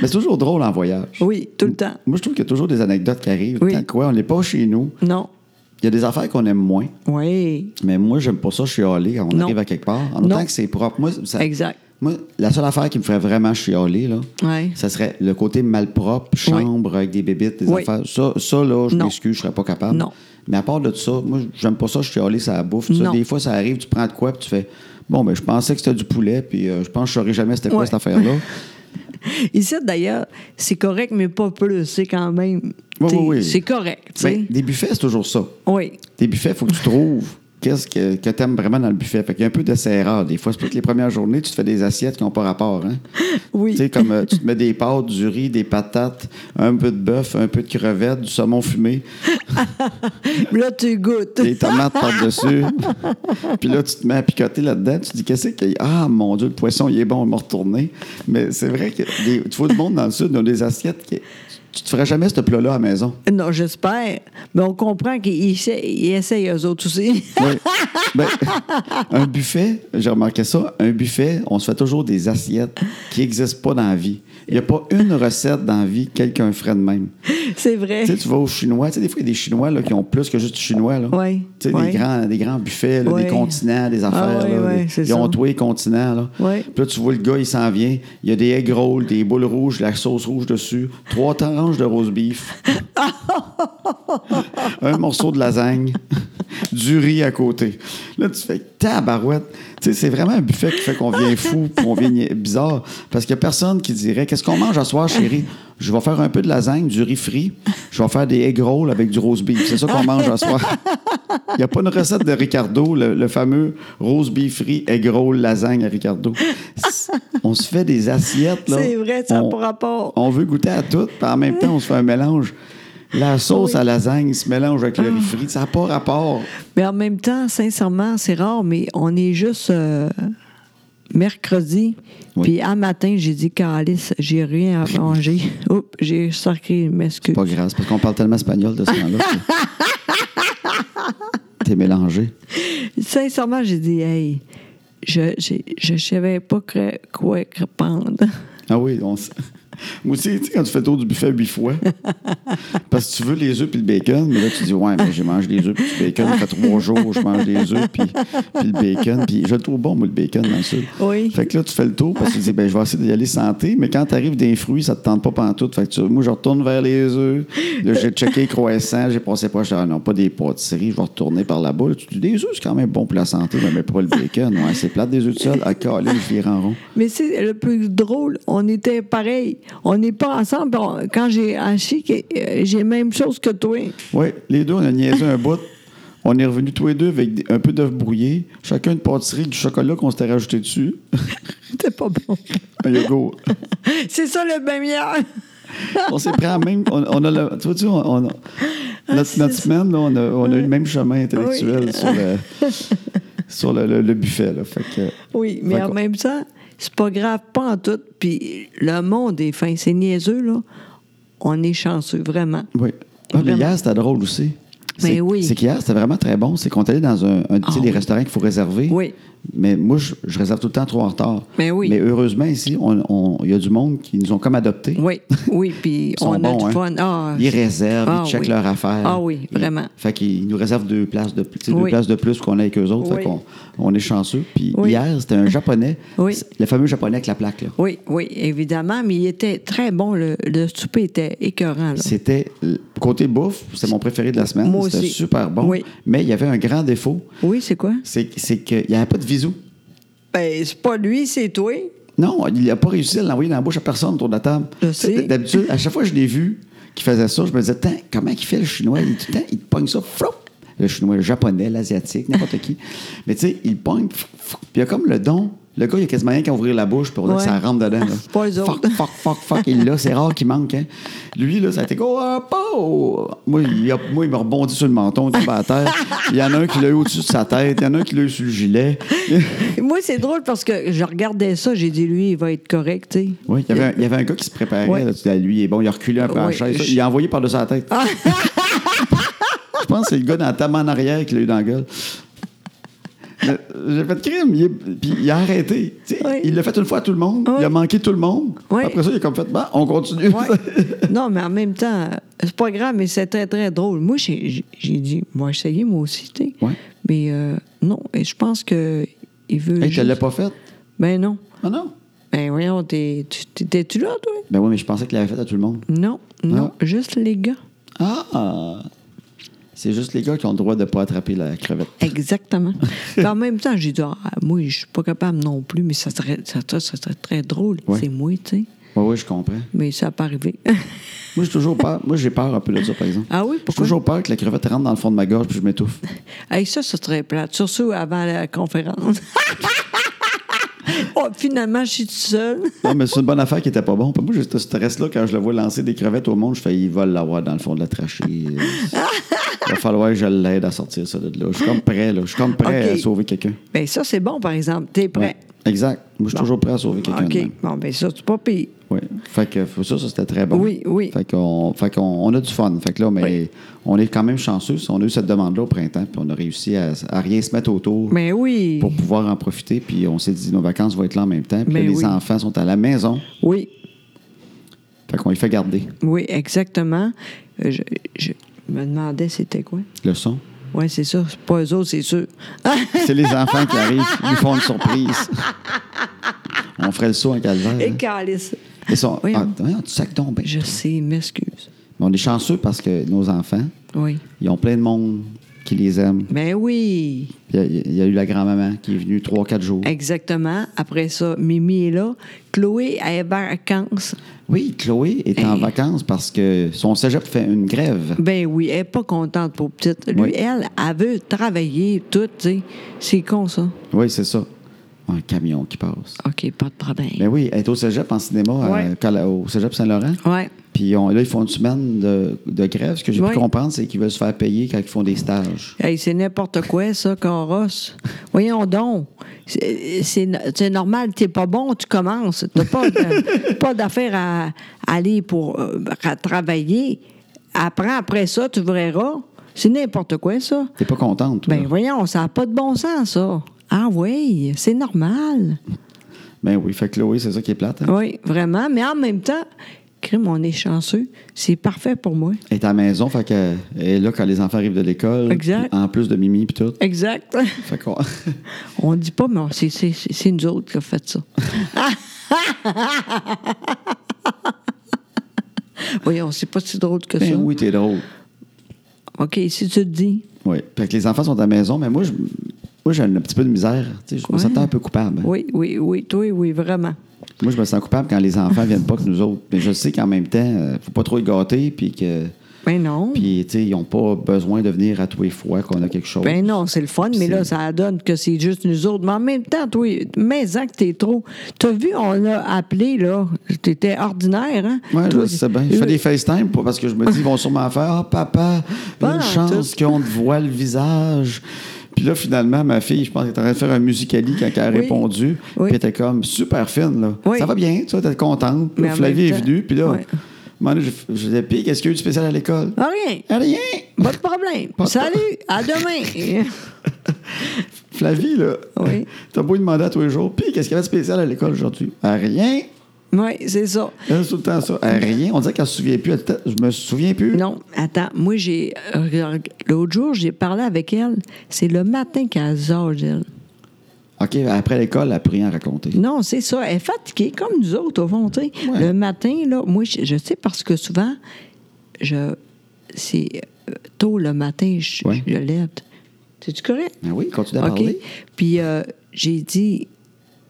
Speaker 1: Mais c'est toujours drôle en voyage.
Speaker 2: Oui, tout le temps.
Speaker 1: Moi, je trouve qu'il y a toujours des anecdotes qui arrivent.
Speaker 2: Oui.
Speaker 1: Tant quoi, on n'est pas chez nous.
Speaker 2: Non.
Speaker 1: Il y a des affaires qu'on aime moins.
Speaker 2: Oui.
Speaker 1: Mais moi, j'aime pas ça chialer quand on
Speaker 2: Non.
Speaker 1: arrive à quelque part. En
Speaker 2: Non.
Speaker 1: autant que c'est propre. Moi, ça-
Speaker 2: Exact.
Speaker 1: moi, la seule affaire qui me ferait vraiment chialer, là,
Speaker 2: Ouais.
Speaker 1: ça serait le côté malpropre, chambre avec des bébites, des
Speaker 2: Oui.
Speaker 1: affaires. Ça, ça, là, je
Speaker 2: Non.
Speaker 1: m'excuse, je serais pas capable.
Speaker 2: Non.
Speaker 1: Mais à part de ça, moi, j'aime pas ça chialer, ça bouffe. tout ça.
Speaker 2: Non.
Speaker 1: Des fois, ça arrive, tu prends de quoi, puis tu fais Bon, ben, je pensais que c'était du poulet, puis euh, je pense que je saurais jamais c'était quoi
Speaker 2: Ouais.
Speaker 1: cette affaire-là.
Speaker 2: Ici, d'ailleurs, c'est correct, mais pas plus. C'est quand même.
Speaker 1: Oui,
Speaker 2: t'sais,
Speaker 1: oui, oui.
Speaker 2: C'est correct, tu sais.
Speaker 1: Ben, des buffets, c'est toujours ça.
Speaker 2: Oui.
Speaker 1: Des buffets, il faut que tu trouves qu'est-ce que, que tu aimes vraiment dans le buffet. Fait qu'il y a un peu de serreur. Des fois, c'est peut-être les premières journées, tu te fais des assiettes qui n'ont pas rapport. Hein?
Speaker 2: Oui.
Speaker 1: Tu sais, comme euh, tu te mets des pâtes, du riz, des patates, un peu de bœuf, un peu de crevettes, du saumon fumé,
Speaker 2: Là, tu goûtes.
Speaker 1: des tomates par-dessus. Puis là, tu te mets à picoter là-dedans. Tu te dis, qu'est-ce que. Ah, mon Dieu, le poisson, il est bon, on m'a retourné. Mais c'est vrai que les- tu vois du monde dans le sud, ils ont des assiettes qui. Tu te ferais jamais ce plat-là à la maison.
Speaker 2: Non, j'espère. Mais on comprend qu'ils essa- ils essayent eux autres aussi.
Speaker 1: Oui. Ben, un buffet, j'ai remarqué ça, un buffet, on se fait toujours des assiettes qui n'existent pas dans la vie. Il n'y a pas une recette dans la vie que quelqu'un ferait de même.
Speaker 2: c'est vrai.
Speaker 1: Tu sais, tu vas aux Chinois, tu sais, des fois, il y a des Chinois là, qui ont plus que juste du Chinois. Là.
Speaker 2: Ouais,
Speaker 1: Tu sais,
Speaker 2: ouais.
Speaker 1: des, grands, des grands buffets, là,
Speaker 2: Ouais.
Speaker 1: des continents, des affaires.
Speaker 2: Ah ouais,
Speaker 1: là,
Speaker 2: ouais,
Speaker 1: des-
Speaker 2: c'est
Speaker 1: ils ont
Speaker 2: ça.
Speaker 1: tous les continents. Là.
Speaker 2: Ouais.
Speaker 1: Puis là, tu vois le gars, il s'en vient. Il y a des egg rolls, des boules rouges, de la sauce rouge dessus, trois tranches de roast beef, un morceau de lasagne, du riz à côté. Là, tu fais tabarouette. Tu sais, c'est vraiment un buffet qui fait qu'on vient fou, puis qu'on vient ni- bizarre. Parce qu'il n'y a personne qui dirait Qu'est-ce qu'on mange à soir, chérie Je vais faire un peu de lasagne, du riz frit. Je vais faire des egg rolls avec du roast beef. C'est ça qu'on mange à soir. Il n'y a pas une recette de Ricardo, le, le fameux rose beef free egg roll lasagne à Ricardo. C'est- On se fait des assiettes. là.
Speaker 2: C'est vrai, ça n'a
Speaker 1: On-
Speaker 2: pas rapport.
Speaker 1: On veut goûter à tout, puis en même temps, on se fait un mélange. La sauce à lasagne se mélange avec le riz frit. Ça n'a pas rapport.
Speaker 2: Mais en même temps, sincèrement, c'est rare, mais on est juste euh, mercredi.
Speaker 1: Oui.
Speaker 2: Puis à matin, j'ai dit, Calice, j'ai rien à manger. Oups, j'ai sacré m'excuse.
Speaker 1: Pas grave, c'est parce qu'on parle tellement espagnol de ce temps-là. que- T'es mélangé.
Speaker 2: Sincèrement, j'ai dit, hey, je j'ai- je savais pas que- quoi répondre.
Speaker 1: Ah oui, on s- Moi aussi, tu sais, quand tu fais le tour du buffet huit fois, parce que tu veux les œufs puis le bacon, mais là, tu dis, ouais, mais j'ai mangé les œufs puis du bacon, ça fait trois jours, je mange les œufs puis, puis le bacon, puis je le trouve bon, moi, le bacon, dans le sud.
Speaker 2: Oui.
Speaker 1: Fait que là, tu fais le tour parce que tu dis, ben, je vais essayer d'y aller santé, mais quand tu arrives des fruits, ça te tente pas pantoute. Fait que tu- moi, je retourne vers les œufs. Là, j'ai checké les croissants, j'ai passé proche, ah non, pas des pâtisseries, je vais retourner par là-bas. Là, tu te dis, des œufs, c'est quand même bon pour la santé, mais, mais pas le bacon. Ouais, c'est plate des œufs de sol. Ah, calé, je vire en rond.
Speaker 2: Mais c'est le plus drôle, on était pareil. On n'est pas ensemble. On- quand j'ai acheté, que- euh, j'ai même chose que toi.
Speaker 1: Oui, les deux, on a niaisé un bout. On est revenus tous les deux avec des- un peu d'œufs brouillés, chacun une pâtisserie du chocolat qu'on s'était rajouté dessus.
Speaker 2: C'était pas bon.
Speaker 1: Un yogourt.
Speaker 2: C'est ça le meilleur.
Speaker 1: On s'est pris à même. On, on a le- tu vois, tu vois, on, on- notre,
Speaker 2: Ah, c'est
Speaker 1: notre semaine, là, on, a, on a eu le même chemin intellectuel
Speaker 2: Oui.
Speaker 1: sur le, sur le, le- le buffet. Là. Fait que,
Speaker 2: Oui, mais
Speaker 1: Fait
Speaker 2: en
Speaker 1: qu'on-
Speaker 2: même temps, c'est pas grave, pas en tout. Puis le monde est fin. C'est niaiseux, là. On est chanceux, vraiment.
Speaker 1: oui. Ah, mais
Speaker 2: Vraiment.
Speaker 1: hier, c'était drôle aussi.
Speaker 2: Mais
Speaker 1: C'est-
Speaker 2: oui.
Speaker 1: C'est qu'hier, c'était vraiment très bon. C'est qu'on est allé dans un, un- tu sais,
Speaker 2: Ah
Speaker 1: des
Speaker 2: oui.
Speaker 1: restaurants qu'il faut réserver.
Speaker 2: Oui.
Speaker 1: Mais moi, je, je réserve tout le temps trop en retard.
Speaker 2: Mais oui.
Speaker 1: Mais heureusement, ici, on- on- il y a du monde qui nous ont comme adoptés.
Speaker 2: Oui, oui, puis
Speaker 1: Ils sont
Speaker 2: on a
Speaker 1: bons,
Speaker 2: du
Speaker 1: hein.
Speaker 2: fun. Ah,
Speaker 1: ils réservent,
Speaker 2: ah
Speaker 1: ils checkent
Speaker 2: oui.
Speaker 1: leurs affaires.
Speaker 2: Ah oui,
Speaker 1: Ils-
Speaker 2: vraiment.
Speaker 1: fait qu'ils nous réservent deux places de plus, tu sais, deux
Speaker 2: Oui.
Speaker 1: places de plus qu'on a avec eux autres. Fait
Speaker 2: Oui.
Speaker 1: qu'on on est chanceux. Puis
Speaker 2: Oui.
Speaker 1: hier, c'était un Japonais.
Speaker 2: Oui.
Speaker 1: Le fameux Japonais avec la plaque. là.
Speaker 2: Oui, oui, évidemment, mais il était très bon. Le, le souper était écœurant. Là.
Speaker 1: C'était, euh, côté bouffe, c'est mon préféré de la semaine.
Speaker 2: Moi
Speaker 1: C'était
Speaker 2: aussi.
Speaker 1: super bon.
Speaker 2: Oui.
Speaker 1: Mais il y avait un grand défaut,
Speaker 2: Oui, c'est quoi?
Speaker 1: c'est c'est qu'il n'y avait pas de visou.
Speaker 2: Ben, c'est pas lui, c'est toi.
Speaker 1: Non, il n'a pas réussi à l'envoyer dans la bouche à personne autour de la table.
Speaker 2: Je
Speaker 1: Tu sais,
Speaker 2: sais.
Speaker 1: D'habitude, à chaque fois que je l'ai vu qui faisait ça, je me disais, Tain, comment il fait le chinois? Il, tout le temps, il te pogne ça, flop, le chinois, le japonais, l'asiatique, n'importe qui. Mais tu sais, il pogne, pff, pff, puis il a comme le don. Le gars, il a quasiment rien qu'à ouvrir la bouche pour là, que
Speaker 2: Ouais.
Speaker 1: ça rentre dedans. là.
Speaker 2: Pas eux
Speaker 1: fuck,
Speaker 2: autres.
Speaker 1: fuck, fuck, fuck, il l'a, c'est rare qu'il manque. Hein. Lui, là, ça a été go, ah, pow! Moi, il a- moi, il m'a rebondi sur le menton, il est tombé à terre. Il y en a un qui l'a eu au-dessus de sa tête, il y en a un qui l'a eu sur le gilet.
Speaker 2: Moi, c'est drôle parce que je regardais ça, j'ai dit, lui, il va être correct, tu sais.
Speaker 1: Oui, il y avait un- il y avait un gars qui se préparait.
Speaker 2: Ouais.
Speaker 1: là, tu dis, lui, il est bon, il a reculé un peu en
Speaker 2: Ouais,
Speaker 1: chaise.
Speaker 2: je-
Speaker 1: Il a envoyé par-dessus la tête. je pense que c'est le gars dans la table en arrière qui l'a eu dans la gueule. Mais J'ai fait de crime, il est- puis il a arrêté. Tu sais,
Speaker 2: Ouais.
Speaker 1: Il l'a fait une fois à tout le monde, il
Speaker 2: Ouais.
Speaker 1: a manqué tout le monde.
Speaker 2: Ouais.
Speaker 1: Après ça, il a comme fait, bah, on continue.
Speaker 2: Ouais. non, mais en même temps, c'est pas grave, mais c'est très, très drôle. Moi, j'ai j'ai- j'ai dit, moi, essayer, moi aussi, tu sais.
Speaker 1: Ouais.
Speaker 2: Mais euh, non, et je pense que il veut.
Speaker 1: Hey, tu
Speaker 2: juste-
Speaker 1: l'as pas fait?
Speaker 2: Ben non.
Speaker 1: Ah non?
Speaker 2: Ben voyons, t'es- tu- t'étais-tu là, toi?
Speaker 1: Ben oui, mais je pensais qu'il l'avait fait à tout le monde.
Speaker 2: Non, non, juste les gars.
Speaker 1: Ah! C'est juste les gars qui ont le droit de pas attraper la crevette.
Speaker 2: Exactement. Puis en même temps, j'ai dit, Ah, moi, je suis pas capable non plus, mais ça serait, ça, serait- ça serait très drôle.
Speaker 1: Ouais.
Speaker 2: C'est moi, tu sais.
Speaker 1: Oui, oui, je comprends.
Speaker 2: Mais ça n'a pas arrivé.
Speaker 1: Moi, j'ai toujours peur. Moi, j'ai peur un peu de ça, par exemple.
Speaker 2: Ah oui,
Speaker 1: J'ai
Speaker 2: pourquoi?
Speaker 1: toujours peur que la crevette rentre dans le fond de ma gorge puis je m'étouffe.
Speaker 2: Hey, ça, ça serait plate. Surtout avant la conférence. oh, finalement, je suis toute seule.
Speaker 1: Non, mais c'est une bonne affaire qui était pas bon. Puis Moi, j'ai ce stress-là quand je le vois lancer des crevettes au monde. Je fais, ils veulent l'avoir dans le fond de la trachée. Il va falloir que je l'aide à sortir ça de là. Je suis comme prêt, là. Je suis comme prêt
Speaker 2: Ok.
Speaker 1: à sauver quelqu'un.
Speaker 2: Ben ça, c'est bon, par exemple. T'es prêt?
Speaker 1: Exact. Moi, je suis
Speaker 2: Bon.
Speaker 1: toujours prêt à sauver quelqu'un. de
Speaker 2: OK.
Speaker 1: même.
Speaker 2: Bon, ben ça, c'est pas pire.
Speaker 1: Oui. Fait que ça, ça c'était très bon.
Speaker 2: Oui, oui.
Speaker 1: Fait qu'on fait qu'on- on a du fun. Fait que là, mais
Speaker 2: Oui.
Speaker 1: on est quand même chanceux. On a eu cette demande-là au printemps, puis on a réussi à, à rien se mettre autour.
Speaker 2: Mais Ben oui.
Speaker 1: pour pouvoir en profiter. Puis on s'est dit, nos vacances vont être là en même temps. Puis
Speaker 2: Mais
Speaker 1: là, les
Speaker 2: oui.
Speaker 1: enfants sont à la maison.
Speaker 2: Oui,
Speaker 1: Fait qu'on les fait garder.
Speaker 2: oui, exactement. Euh, Je, je me demandais c'était quoi.
Speaker 1: Le son.
Speaker 2: Oui, c'est ça. C'est pas eux autres, c'est sûr.
Speaker 1: C'est les enfants qui arrivent, ils nous font une surprise. On ferait le saut en calvaire.
Speaker 2: Et
Speaker 1: hein.
Speaker 2: calice.
Speaker 1: Ils sont.
Speaker 2: Voyons.
Speaker 1: Ah, voyons, tu sacs donc ben.
Speaker 2: Je sais, m'excuse.
Speaker 1: Mais on est chanceux parce que nos enfants,
Speaker 2: Oui.
Speaker 1: ils ont plein de monde qui les aime.
Speaker 2: Mais oui,
Speaker 1: Il y a, il y a eu la grand-maman qui est venue 3-4 jours.
Speaker 2: exactement. Après ça, Mimi est là. Chloé elle est en vacances.
Speaker 1: Oui, Chloé est en
Speaker 2: Hey.
Speaker 1: vacances parce que son cégep fait une grève.
Speaker 2: Ben oui, elle n'est pas contente pour petite. Lui,
Speaker 1: Oui.
Speaker 2: elle, elle veut travailler tout, tu sais. C'est con, ça.
Speaker 1: Oui, c'est ça. Un camion qui passe.
Speaker 2: OK, pas de problème.
Speaker 1: Mais oui, elle est au cégep en cinéma, à-
Speaker 2: Ouais.
Speaker 1: Cala- au cégep Saint-Laurent.
Speaker 2: Ouais.
Speaker 1: Puis on- là, ils font une semaine de, de grève. Ce que j'ai
Speaker 2: Ouais.
Speaker 1: pu comprendre, c'est qu'ils veulent se faire payer quand ils font des stages.
Speaker 2: Hey, c'est n'importe quoi, ça, Coros. Voyons donc. C'est- C'est c'est normal, t'es pas bon, tu commences. T'as pas, de- pas d'affaire à aller pour euh, à travailler. Apprends après ça, tu verras. C'est n'importe quoi, ça.
Speaker 1: T'es pas contente, toi?
Speaker 2: Ben
Speaker 1: là?
Speaker 2: voyons, ça n'a pas de bon sens, ça. Ah oui, c'est normal.
Speaker 1: Ben oui, fait que là, oui, c'est ça qui est plate. hein.
Speaker 2: Oui, vraiment. Mais en même temps, crime, on est chanceux. C'est parfait pour moi.
Speaker 1: Elle est à la maison, fait que elle est là quand les enfants arrivent de l'école.
Speaker 2: Exact.
Speaker 1: puis En plus de Mimi puis tout.
Speaker 2: Exact.
Speaker 1: Fait qu'on...
Speaker 2: On dit pas, mais on- c'est- c'est c'est- c'est nous autres qui a fait ça. Voyons, c'est pas si drôle que
Speaker 1: ben
Speaker 2: ça.
Speaker 1: oui, t'es drôle.
Speaker 2: OK, si tu te dis.
Speaker 1: Oui. Fait que les enfants sont à la maison, mais moi, je- moi, j'ai un petit peu de misère. Tu sais, je me
Speaker 2: Ouais.
Speaker 1: sentais un peu coupable.
Speaker 2: Oui, oui, oui, toi, oui, vraiment.
Speaker 1: Moi, je me sens coupable quand les enfants viennent pas que nous autres. Mais je sais qu'en même temps, euh, faut pas trop les gâter, puis que...
Speaker 2: Ben non.
Speaker 1: Puis, tu sais, ils n'ont pas besoin de venir à tous les fois qu'on a quelque chose.
Speaker 2: Ben non, c'est le fun, mais là,
Speaker 1: c'est-
Speaker 2: ça donne que c'est juste nous autres. Mais en même temps, toi, mais que t'es trop. T'as vu, on l'a appelé, là. T'étais ordinaire, hein?
Speaker 1: Oui,
Speaker 2: Toi,
Speaker 1: je sais bien. Je fais ben, des FaceTime pour- parce que je me dis, ils vont sûrement faire Ah, papa,
Speaker 2: Pas
Speaker 1: une
Speaker 2: en
Speaker 1: chance qu'on te voit le visage. Puis là, finalement, ma fille, je pense qu'elle est en train de faire un musicali quand elle a
Speaker 2: Oui.
Speaker 1: répondu. Puis
Speaker 2: Oui.
Speaker 1: elle était comme super fine, là.
Speaker 2: Oui.
Speaker 1: Ça va bien, tu vois, t'es contente.
Speaker 2: Mais en
Speaker 1: Flavie est
Speaker 2: même temps,
Speaker 1: venue, puis là,
Speaker 2: ouais.
Speaker 1: à un moment donné, je, je disais, Puis, qu'est-ce qu'il y a eu de spécial à l'école?
Speaker 2: Ah, rien.
Speaker 1: Ah, Rien!
Speaker 2: Pas de problème.
Speaker 1: Pas de
Speaker 2: Salut, à demain.
Speaker 1: Flavie, là,
Speaker 2: Oui.
Speaker 1: t'as beau lui demander à tous les jours, puis qu'est-ce qu'il y avait de spécial à l'école aujourd'hui? Ah, Rien!
Speaker 2: oui, c'est ça.
Speaker 1: Elle, c'est tout le temps ça. Ah, Rien! On dirait qu'elle se souvient plus. Elle était- Je me souviens plus.
Speaker 2: Non, attends, moi, j'ai. euh, L'autre jour, j'ai parlé avec elle. C'est le matin qu'elle sort, elle.
Speaker 1: OK, après l'école, elle a plus rien à raconter.
Speaker 2: Non, c'est ça. Elle est fatiguée, comme nous autres, au fond, tu sais.
Speaker 1: Ouais.
Speaker 2: Le matin, là, moi, je, je sais parce que souvent, je. C'est euh, tôt le matin, je,
Speaker 1: Ouais.
Speaker 2: je lève. C'est-tu correct?
Speaker 1: Ben oui, continue à
Speaker 2: OK.
Speaker 1: parler.
Speaker 2: Puis, euh, j'ai dit,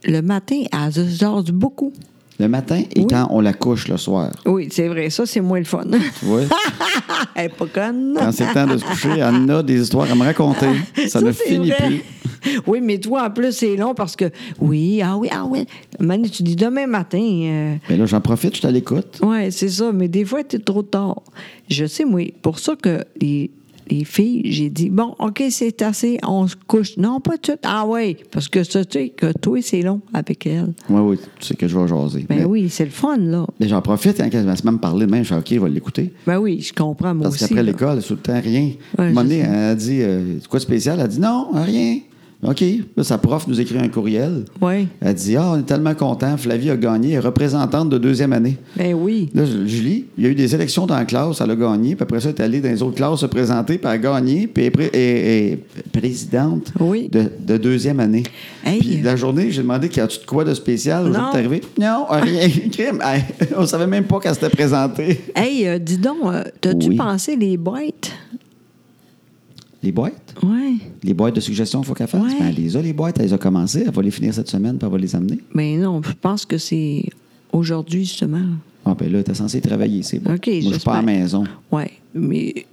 Speaker 2: le matin, elle se jase beaucoup.
Speaker 1: Le matin et
Speaker 2: Oui.
Speaker 1: quand on la couche le soir.
Speaker 2: Oui, c'est vrai. Ça, c'est moins le fun.
Speaker 1: Tu vois?
Speaker 2: Elle est pas conne.
Speaker 1: Quand c'est le temps de se coucher, Anne a des histoires à me raconter. Ça, ne
Speaker 2: c'est
Speaker 1: finit
Speaker 2: vrai.
Speaker 1: plus.
Speaker 2: Oui, mais toi, en plus, c'est long parce que oui, ah oui, ah oui. Manu, tu dis demain matin. euh,
Speaker 1: Mais là, j'en profite, je suis à l'écoute.
Speaker 2: Oui, c'est ça, mais des fois, t'es trop tard. Je sais, moi, pour ça que les, les filles, j'ai dit, bon, OK, c'est assez, on se couche. Non, pas tout de suite. Ah oui, parce que ça, tu sais, que toi, c'est long avec elle.
Speaker 1: Oui, oui, tu sais que je vais jaser.
Speaker 2: Ben
Speaker 1: mais
Speaker 2: oui, c'est le fun, là.
Speaker 1: mais j'en profite quand elle va se même parler de même. Je suis OK, je vais l'écouter.
Speaker 2: Ben oui, je comprends, moi
Speaker 1: Parce
Speaker 2: aussi.
Speaker 1: qu'après
Speaker 2: là.
Speaker 1: l'école, c'est tout le temps rien.
Speaker 2: je
Speaker 1: Un moment donné,
Speaker 2: sais.
Speaker 1: elle a dit euh, C'est quoi de spécial Elle a dit Non, rien. OK. Là, sa prof nous écrit un courriel.
Speaker 2: Ouais.
Speaker 1: Elle dit Ah, on est tellement content. Flavie a gagné. Elle est représentante de deuxième année.
Speaker 2: Ben oui.
Speaker 1: Là, je je lis. Il y a eu des élections dans la classe. Elle a gagné. Puis après ça, elle est allée dans les autres classes se présenter. Puis elle a gagné. Puis elle est pré- est- est présidente
Speaker 2: Oui.
Speaker 1: de, de deuxième année.
Speaker 2: Hey.
Speaker 1: Puis la journée, j'ai demandé Y a-tu de quoi de spécial au jour
Speaker 2: Non.
Speaker 1: de t'arriver? Non, rien. Crime. Hey, on savait même pas qu'elle s'était présentée.
Speaker 2: Hey, euh, dis donc, euh, t'as-tu
Speaker 1: Oui.
Speaker 2: pensé les boîtes?
Speaker 1: Les boîtes
Speaker 2: Ouais.
Speaker 1: Les boîtes de suggestions, il faut qu'elle fasse.
Speaker 2: Ouais.
Speaker 1: Ben, elle les a, les boîtes, elle les a commencées. Elle va les finir cette semaine, puis elle va les amener.
Speaker 2: Mais Ben non, je pense que c'est aujourd'hui, justement.
Speaker 1: Ah, ben là, t'es censé travailler, c'est bon.
Speaker 2: OK,
Speaker 1: Moi, je suis pas à la
Speaker 2: j'espère.
Speaker 1: maison.
Speaker 2: Ouais, mais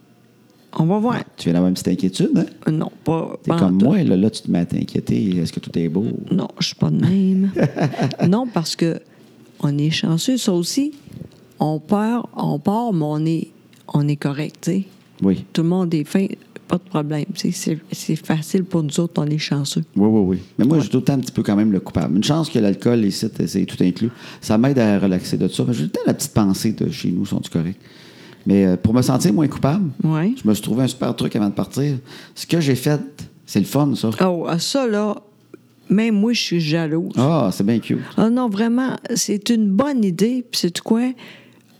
Speaker 2: on va voir.
Speaker 1: Tu viens d'avoir une petite inquiétude, hein?
Speaker 2: Euh, Non, pas.
Speaker 1: T'es
Speaker 2: pas en
Speaker 1: comme
Speaker 2: tout.
Speaker 1: moi, là, là, tu te mets à t'inquiéter. Est-ce que tout est beau?
Speaker 2: Non, je suis pas de même. non, parce que on est chanceux, ça aussi. On part, on part, mais on est, on est correct, tu sais.
Speaker 1: Oui.
Speaker 2: Tout le monde est fin, pas de problème. tu sais. C'est c'est facile pour nous autres, on est chanceux.
Speaker 1: Oui, oui, oui. Mais moi, je suis tout le temps un petit peu quand même le coupable. Une chance que l'alcool, ici, t- c'est tout inclus. Ça m'aide à relaxer de tout ça. Mais j'ai tout le temps la petite pensée de chez nous, sont-ils corrects? Mais euh, pour me sentir moins coupable,
Speaker 2: Ouais.
Speaker 1: je me suis trouvé un super truc avant de partir. Ce que j'ai fait, c'est le fun, ça.
Speaker 2: Oh, à ça, là, même moi, je suis jalouse.
Speaker 1: Ah, c'est bien cute.
Speaker 2: Ah non, vraiment, c'est une bonne idée, puis c'est quoi?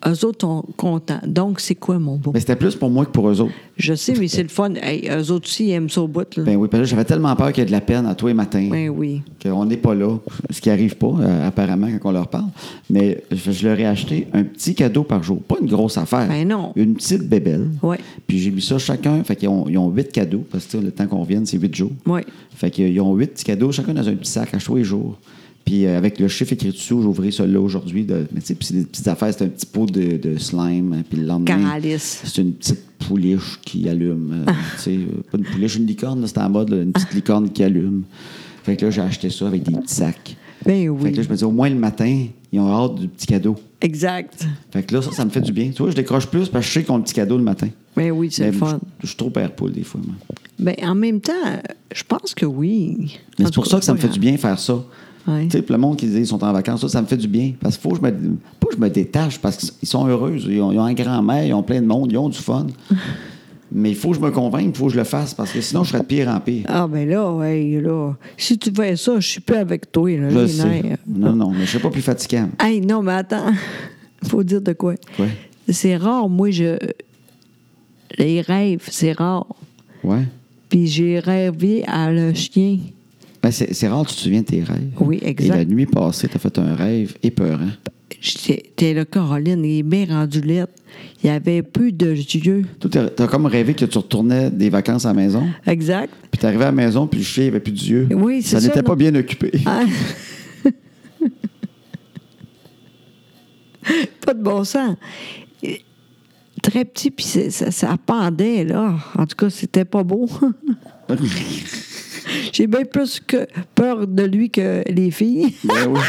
Speaker 2: Eux autres sont contents. Donc, c'est quoi, mon beau?
Speaker 1: Mais c'était plus pour moi que pour eux autres.
Speaker 2: Je sais, mais c'est le fun. Hey, eux autres aussi, ils aiment ça au bout, là.
Speaker 1: Ben oui, parce que j'avais tellement peur qu'il y ait de la peine à tous les matins.
Speaker 2: Ben oui.
Speaker 1: Qu'on n'est pas là, ce qui arrive pas, euh, apparemment, quand on leur parle. Mais je, je leur ai acheté un petit cadeau par jour. Pas une grosse affaire.
Speaker 2: Ben non.
Speaker 1: Une petite bébelle.
Speaker 2: Ouais.
Speaker 1: Puis j'ai mis ça chacun. Fait qu'ils ont, ils ont huit cadeaux, parce que tu sais, le temps qu'on revienne, c'est huit jours.
Speaker 2: Ouais.
Speaker 1: Fait qu'ils ont huit petits cadeaux, chacun dans un petit sac à tous les jours. Puis euh, avec le chiffre écrit dessus, j'ouvrais celui-là aujourd'hui. de- Mais tu sais, puis c'est des petites affaires, c'est un petit pot de, de slime. hein, Puis le lendemain,
Speaker 2: Calice.
Speaker 1: c'est une petite pouliche qui allume.
Speaker 2: Ah.
Speaker 1: euh, tu sais, euh, pas une pouliche, une licorne, là, c'était en mode, là, une petite licorne qui allume. Fait que là, j'ai acheté ça avec des petits sacs.
Speaker 2: Ben
Speaker 1: Fait que là,
Speaker 2: oui.
Speaker 1: je me dis, au moins le matin, ils ont hâte du petit cadeau.
Speaker 2: Exact.
Speaker 1: Fait que là, ça, ça me fait du bien. Tu vois, je décroche plus parce que je sais qu'ils ont le petit cadeau le matin.
Speaker 2: Ben oui, c'est
Speaker 1: Mais
Speaker 2: le fun.
Speaker 1: Je, je suis trop père poule des fois, moi.
Speaker 2: Ben, en même temps, je pense que oui.
Speaker 1: Mais
Speaker 2: En
Speaker 1: c'est pour
Speaker 2: tout
Speaker 1: ça
Speaker 2: cas,
Speaker 1: que ça me
Speaker 2: pas
Speaker 1: fait du bien faire ça.
Speaker 2: Ouais.
Speaker 1: Tu sais, puis le monde qui dit ils sont en vacances, ça, ça me fait du bien. Parce qu'il faut que je me, pas que je me détache, parce qu'ils sont heureux. Ils ont, ils ont un grand-mère, ils ont plein de monde, ils ont du fun. Mais il faut que je me convainque, il faut que je le fasse, parce que sinon, je serais de pire en pire.
Speaker 2: Ah, ben là, ouais, là. Si tu fais ça, je suis plus avec toi, là.
Speaker 1: Je le
Speaker 2: les
Speaker 1: sais.
Speaker 2: nerfs.
Speaker 1: Non, non, mais je ne serais pas plus fatigant.
Speaker 2: Hey, non, mais attends. Faut dire de quoi.
Speaker 1: Ouais.
Speaker 2: C'est rare, moi, je. Les rêves, c'est rare.
Speaker 1: Ouais.
Speaker 2: Puis j'ai rêvé à le chien.
Speaker 1: Ben, c'est c'est rare que tu te souviens de tes rêves.
Speaker 2: Oui, exact.
Speaker 1: Et la nuit passée, tu as fait un rêve épeurant.
Speaker 2: J'étais là, Caroline, il est bien rendu lettre. Il y avait plus de yeux.
Speaker 1: Tu as comme rêvé que tu retournais des vacances à la maison,
Speaker 2: Exact.
Speaker 1: puis tu arrivé à la maison, puis le chien n'avait plus d'yeux.
Speaker 2: Oui, c'est
Speaker 1: Ça
Speaker 2: ça,
Speaker 1: n'était
Speaker 2: non?
Speaker 1: pas bien occupé.
Speaker 2: Ah. pas de bon sens. Et- Très petit, puis c'est- ça, ça pendait, là. En tout cas, c'était pas beau. J'ai bien plus que peur de lui que les filles.
Speaker 1: Ben oui.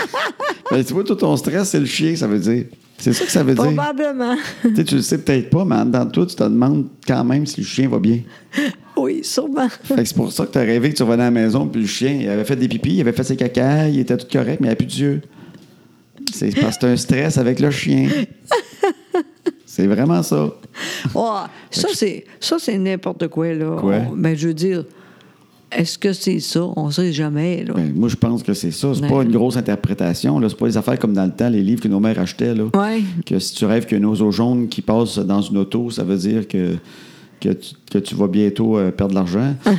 Speaker 1: Ben, tu vois, tout ton stress, c'est le chien, ça veut dire. C'est ça que ça veut dire.
Speaker 2: Probablement.
Speaker 1: Tu sais, tu le sais peut-être pas, mais en dedans de toi, tu te demandes quand même si le chien va bien.
Speaker 2: Oui, sûrement.
Speaker 1: Fait que c'est pour ça que tu as rêvé que tu revenais à la maison, puis le chien, il avait fait des pipis, il avait fait ses caca, il était tout correct, mais il n'y a plus d'yeux. C'est parce que c'est un stress avec le chien. C'est vraiment ça.
Speaker 2: Oh, ça, c'est ça, c'est n'importe quoi, là.
Speaker 1: Quoi?
Speaker 2: On- ben, je veux dire, est-ce que c'est ça? On sait jamais, là.
Speaker 1: Ben, moi, je pense que c'est ça. C'est
Speaker 2: Ouais.
Speaker 1: pas une grosse interprétation. là. C'est pas des affaires comme dans le temps, les livres que nos mères achetaient. Là.
Speaker 2: Ouais.
Speaker 1: Que si tu rêves qu'il y a une oiseau jaune qui passe dans une auto, ça veut dire que, que, tu, que tu vas bientôt euh, perdre de l'argent.
Speaker 2: Ah.